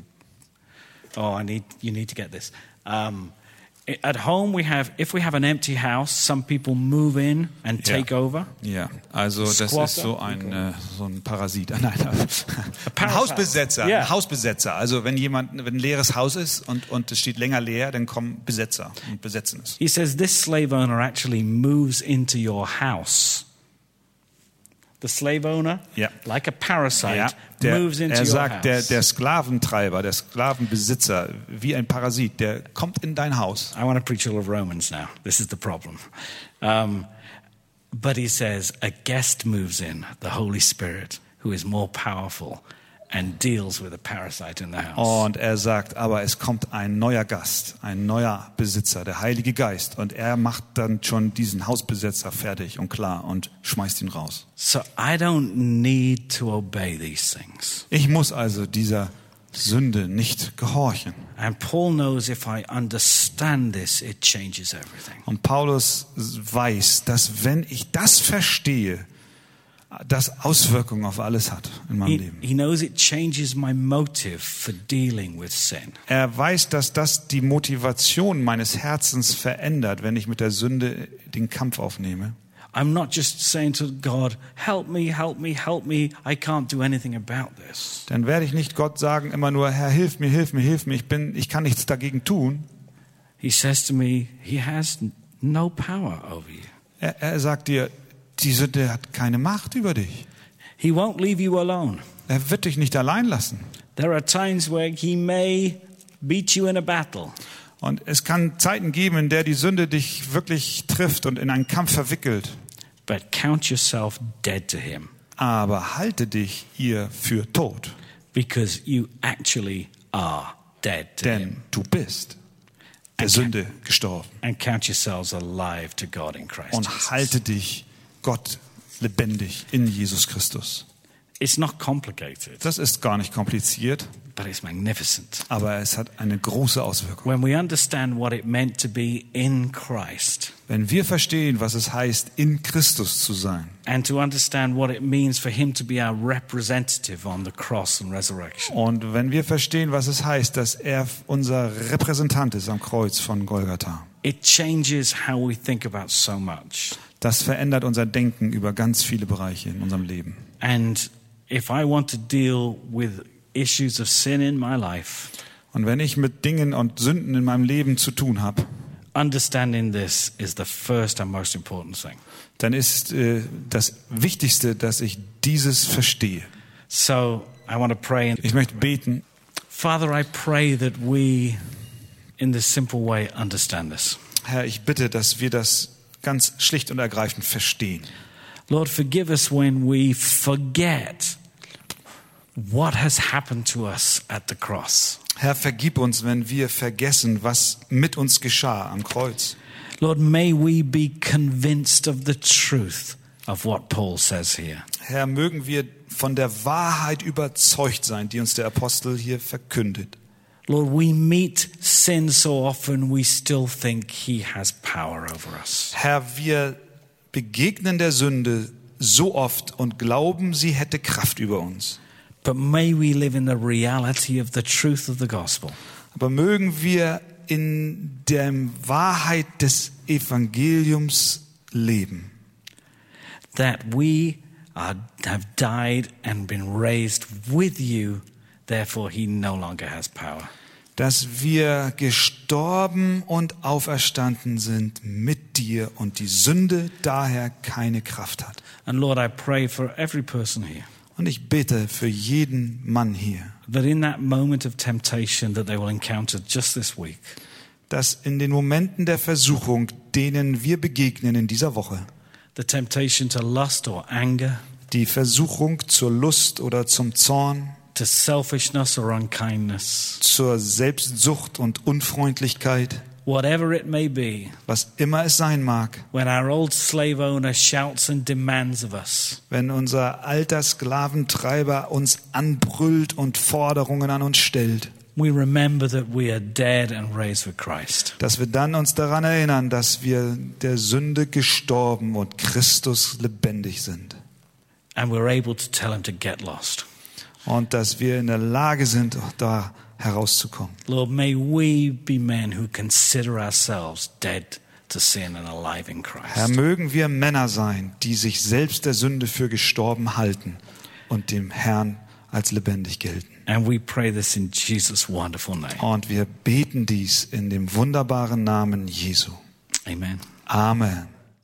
Speaker 2: oh, I need, you need to get this. Um, i- at home, we have, if we have an empty house, some people move in and take over.
Speaker 1: Ja, also das
Speaker 2: Squatter?
Speaker 1: ist so ein, äh, so ein Parasit. Ah,
Speaker 2: [laughs]
Speaker 1: Nein, ein
Speaker 2: Parasite.
Speaker 1: Hausbesetzer,
Speaker 2: Ja.
Speaker 1: ein Hausbesetzer. Also wenn jemand, wenn ein leeres Haus ist und, und es steht länger leer, dann kommen Besetzer und besetzen es.
Speaker 2: He says this slave owner actually moves into your house. The slave owner,
Speaker 1: Yeah.
Speaker 2: like a parasite,
Speaker 1: der,
Speaker 2: moves into
Speaker 1: er
Speaker 2: your
Speaker 1: sagt,
Speaker 2: house.
Speaker 1: der, der Sklaventreiber, der Sklavenbesitzer, wie ein Parasit, der kommt in dein Haus.
Speaker 2: I want to preach all of Romans now. This is the problem. Um, But he says a guest moves in, the Holy Spirit, who is more powerful and deals with a parasite in the house.
Speaker 1: Und er sagt, aber es kommt ein neuer Gast, ein neuer Besitzer, der Heilige Geist. Und er macht dann schon diesen Hausbesetzer fertig und klar und schmeißt ihn raus.
Speaker 2: So I don't need to obey these things.
Speaker 1: Ich muss also dieser Sünde nicht gehorchen.
Speaker 2: And Paul knows if I understand this, it changes everything.
Speaker 1: Und Paulus weiß, dass wenn ich das verstehe, das Auswirkungen auf alles hat in meinem
Speaker 2: He,
Speaker 1: Leben.
Speaker 2: he knows it changes my motive for dealing with sin.
Speaker 1: Er weiß, dass das die Motivation meines Herzens verändert, wenn ich mit der Sünde den Kampf aufnehme.
Speaker 2: I'm not just saying to God, help me, help me, help me. I can't do anything about this.
Speaker 1: Dann werde ich nicht Gott sagen immer nur, Herr, hilf mir, hilf mir, hilf mir, ich, bin, ich kann nichts dagegen tun.
Speaker 2: He says to me, He has n- no power over you.
Speaker 1: Er, er sagt dir, die Sünde hat keine Macht über dich.
Speaker 2: He won't leave you alone.
Speaker 1: Er wird dich nicht allein lassen.
Speaker 2: There are times where He may beat you in a battle,
Speaker 1: Und es kann Zeiten geben, in der die Sünde dich wirklich trifft und in einen Kampf verwickelt.
Speaker 2: but count yourself dead to Him
Speaker 1: Aber halte dich ihr für tot,
Speaker 2: because you actually are dead to Him.
Speaker 1: denn du bist der Sünde gestorben.
Speaker 2: And count yourselves alive to God in Christ. Jesus.
Speaker 1: und halte dich Gott lebendig in Jesus Christus.
Speaker 2: It's not complicated,
Speaker 1: Das ist gar nicht kompliziert,
Speaker 2: but it's magnificent.
Speaker 1: aber es hat eine große Auswirkung.
Speaker 2: When we understand what it meant to be in Christ
Speaker 1: Wenn wir verstehen, was es heißt, in Christus zu sein
Speaker 2: and to understand what it means for Him to be our representative on the cross and resurrection,
Speaker 1: und wenn wir verstehen, was es heißt, dass er unser Repräsentant ist am Kreuz von Golgatha,
Speaker 2: it changes how we think about so much.
Speaker 1: das verändert unser Denken über ganz viele Bereiche in unserem Leben.
Speaker 2: And if I want to deal with issues of sin in my life,
Speaker 1: Und wenn ich mit Dingen und Sünden in meinem Leben zu tun habe,
Speaker 2: understanding this is the first and most important thing.
Speaker 1: dann ist äh, das Wichtigste, dass ich dieses verstehe.
Speaker 2: So I want to pray.
Speaker 1: Ich möchte beten,
Speaker 2: Father, I pray that we, in this simple way, understand this.
Speaker 1: Herr, ich bitte, dass wir das ganz schlicht und ergreifend verstehen.
Speaker 2: Lord, forgive us when we forget what has happened to us at the cross.
Speaker 1: Herr, vergib uns, wenn wir vergessen, was mit uns geschah am Kreuz.
Speaker 2: Lord, may we be convinced of the truth of what Paul says here.
Speaker 1: Herr, mögen wir von der Wahrheit überzeugt sein, die uns der Apostel hier verkündet.
Speaker 2: Lord, we meet sin so often we still think he has power over us.
Speaker 1: Herr, wir begegnen der Sünde so oft und glauben, sie hätte Kraft über uns.
Speaker 2: But may we live in the reality of the truth of the gospel
Speaker 1: Aber mögen wir in der Wahrheit des Evangeliums leben.
Speaker 2: that we are, have died and been raised with you, therefore, he no longer has power.
Speaker 1: dass wir gestorben und auferstanden sind mit dir und die Sünde daher keine Kraft hat.
Speaker 2: And Lord, I pray for every person here
Speaker 1: Und ich bete für jeden Mann hier,
Speaker 2: that in that moment of temptation that they will encounter just this week,
Speaker 1: dass in den Momenten der Versuchung, denen wir begegnen in dieser Woche,
Speaker 2: the temptation to lust or anger,
Speaker 1: die Versuchung zur Lust oder zum Zorn,
Speaker 2: to selfishness or unkindness,
Speaker 1: zur Selbstsucht und Unfreundlichkeit,
Speaker 2: whatever it may be,
Speaker 1: was immer es sein mag,
Speaker 2: when our old slave owner shouts and demands of us,
Speaker 1: wenn unser alter Sklaventreiber uns anbrüllt und Forderungen an uns stellt,
Speaker 2: we remember that we are dead and raised with Christ.
Speaker 1: dass wir dann uns daran erinnern, dass wir der Sünde gestorben und Christus lebendig sind.
Speaker 2: And we're able to tell him to get lost.
Speaker 1: Und dass wir in der Lage sind, auch da herauszukommen.
Speaker 2: Lord, may we be men who consider ourselves dead to sin and alive in
Speaker 1: Herr,
Speaker 2: Christ.
Speaker 1: mögen wir Männer sein, die sich selbst der Sünde für gestorben halten und dem Herrn als lebendig gelten.
Speaker 2: And we pray this in Jesus' wonderful name.
Speaker 1: Und wir beten dies in dem wunderbaren Namen Jesu.
Speaker 2: Amen.
Speaker 1: Amen.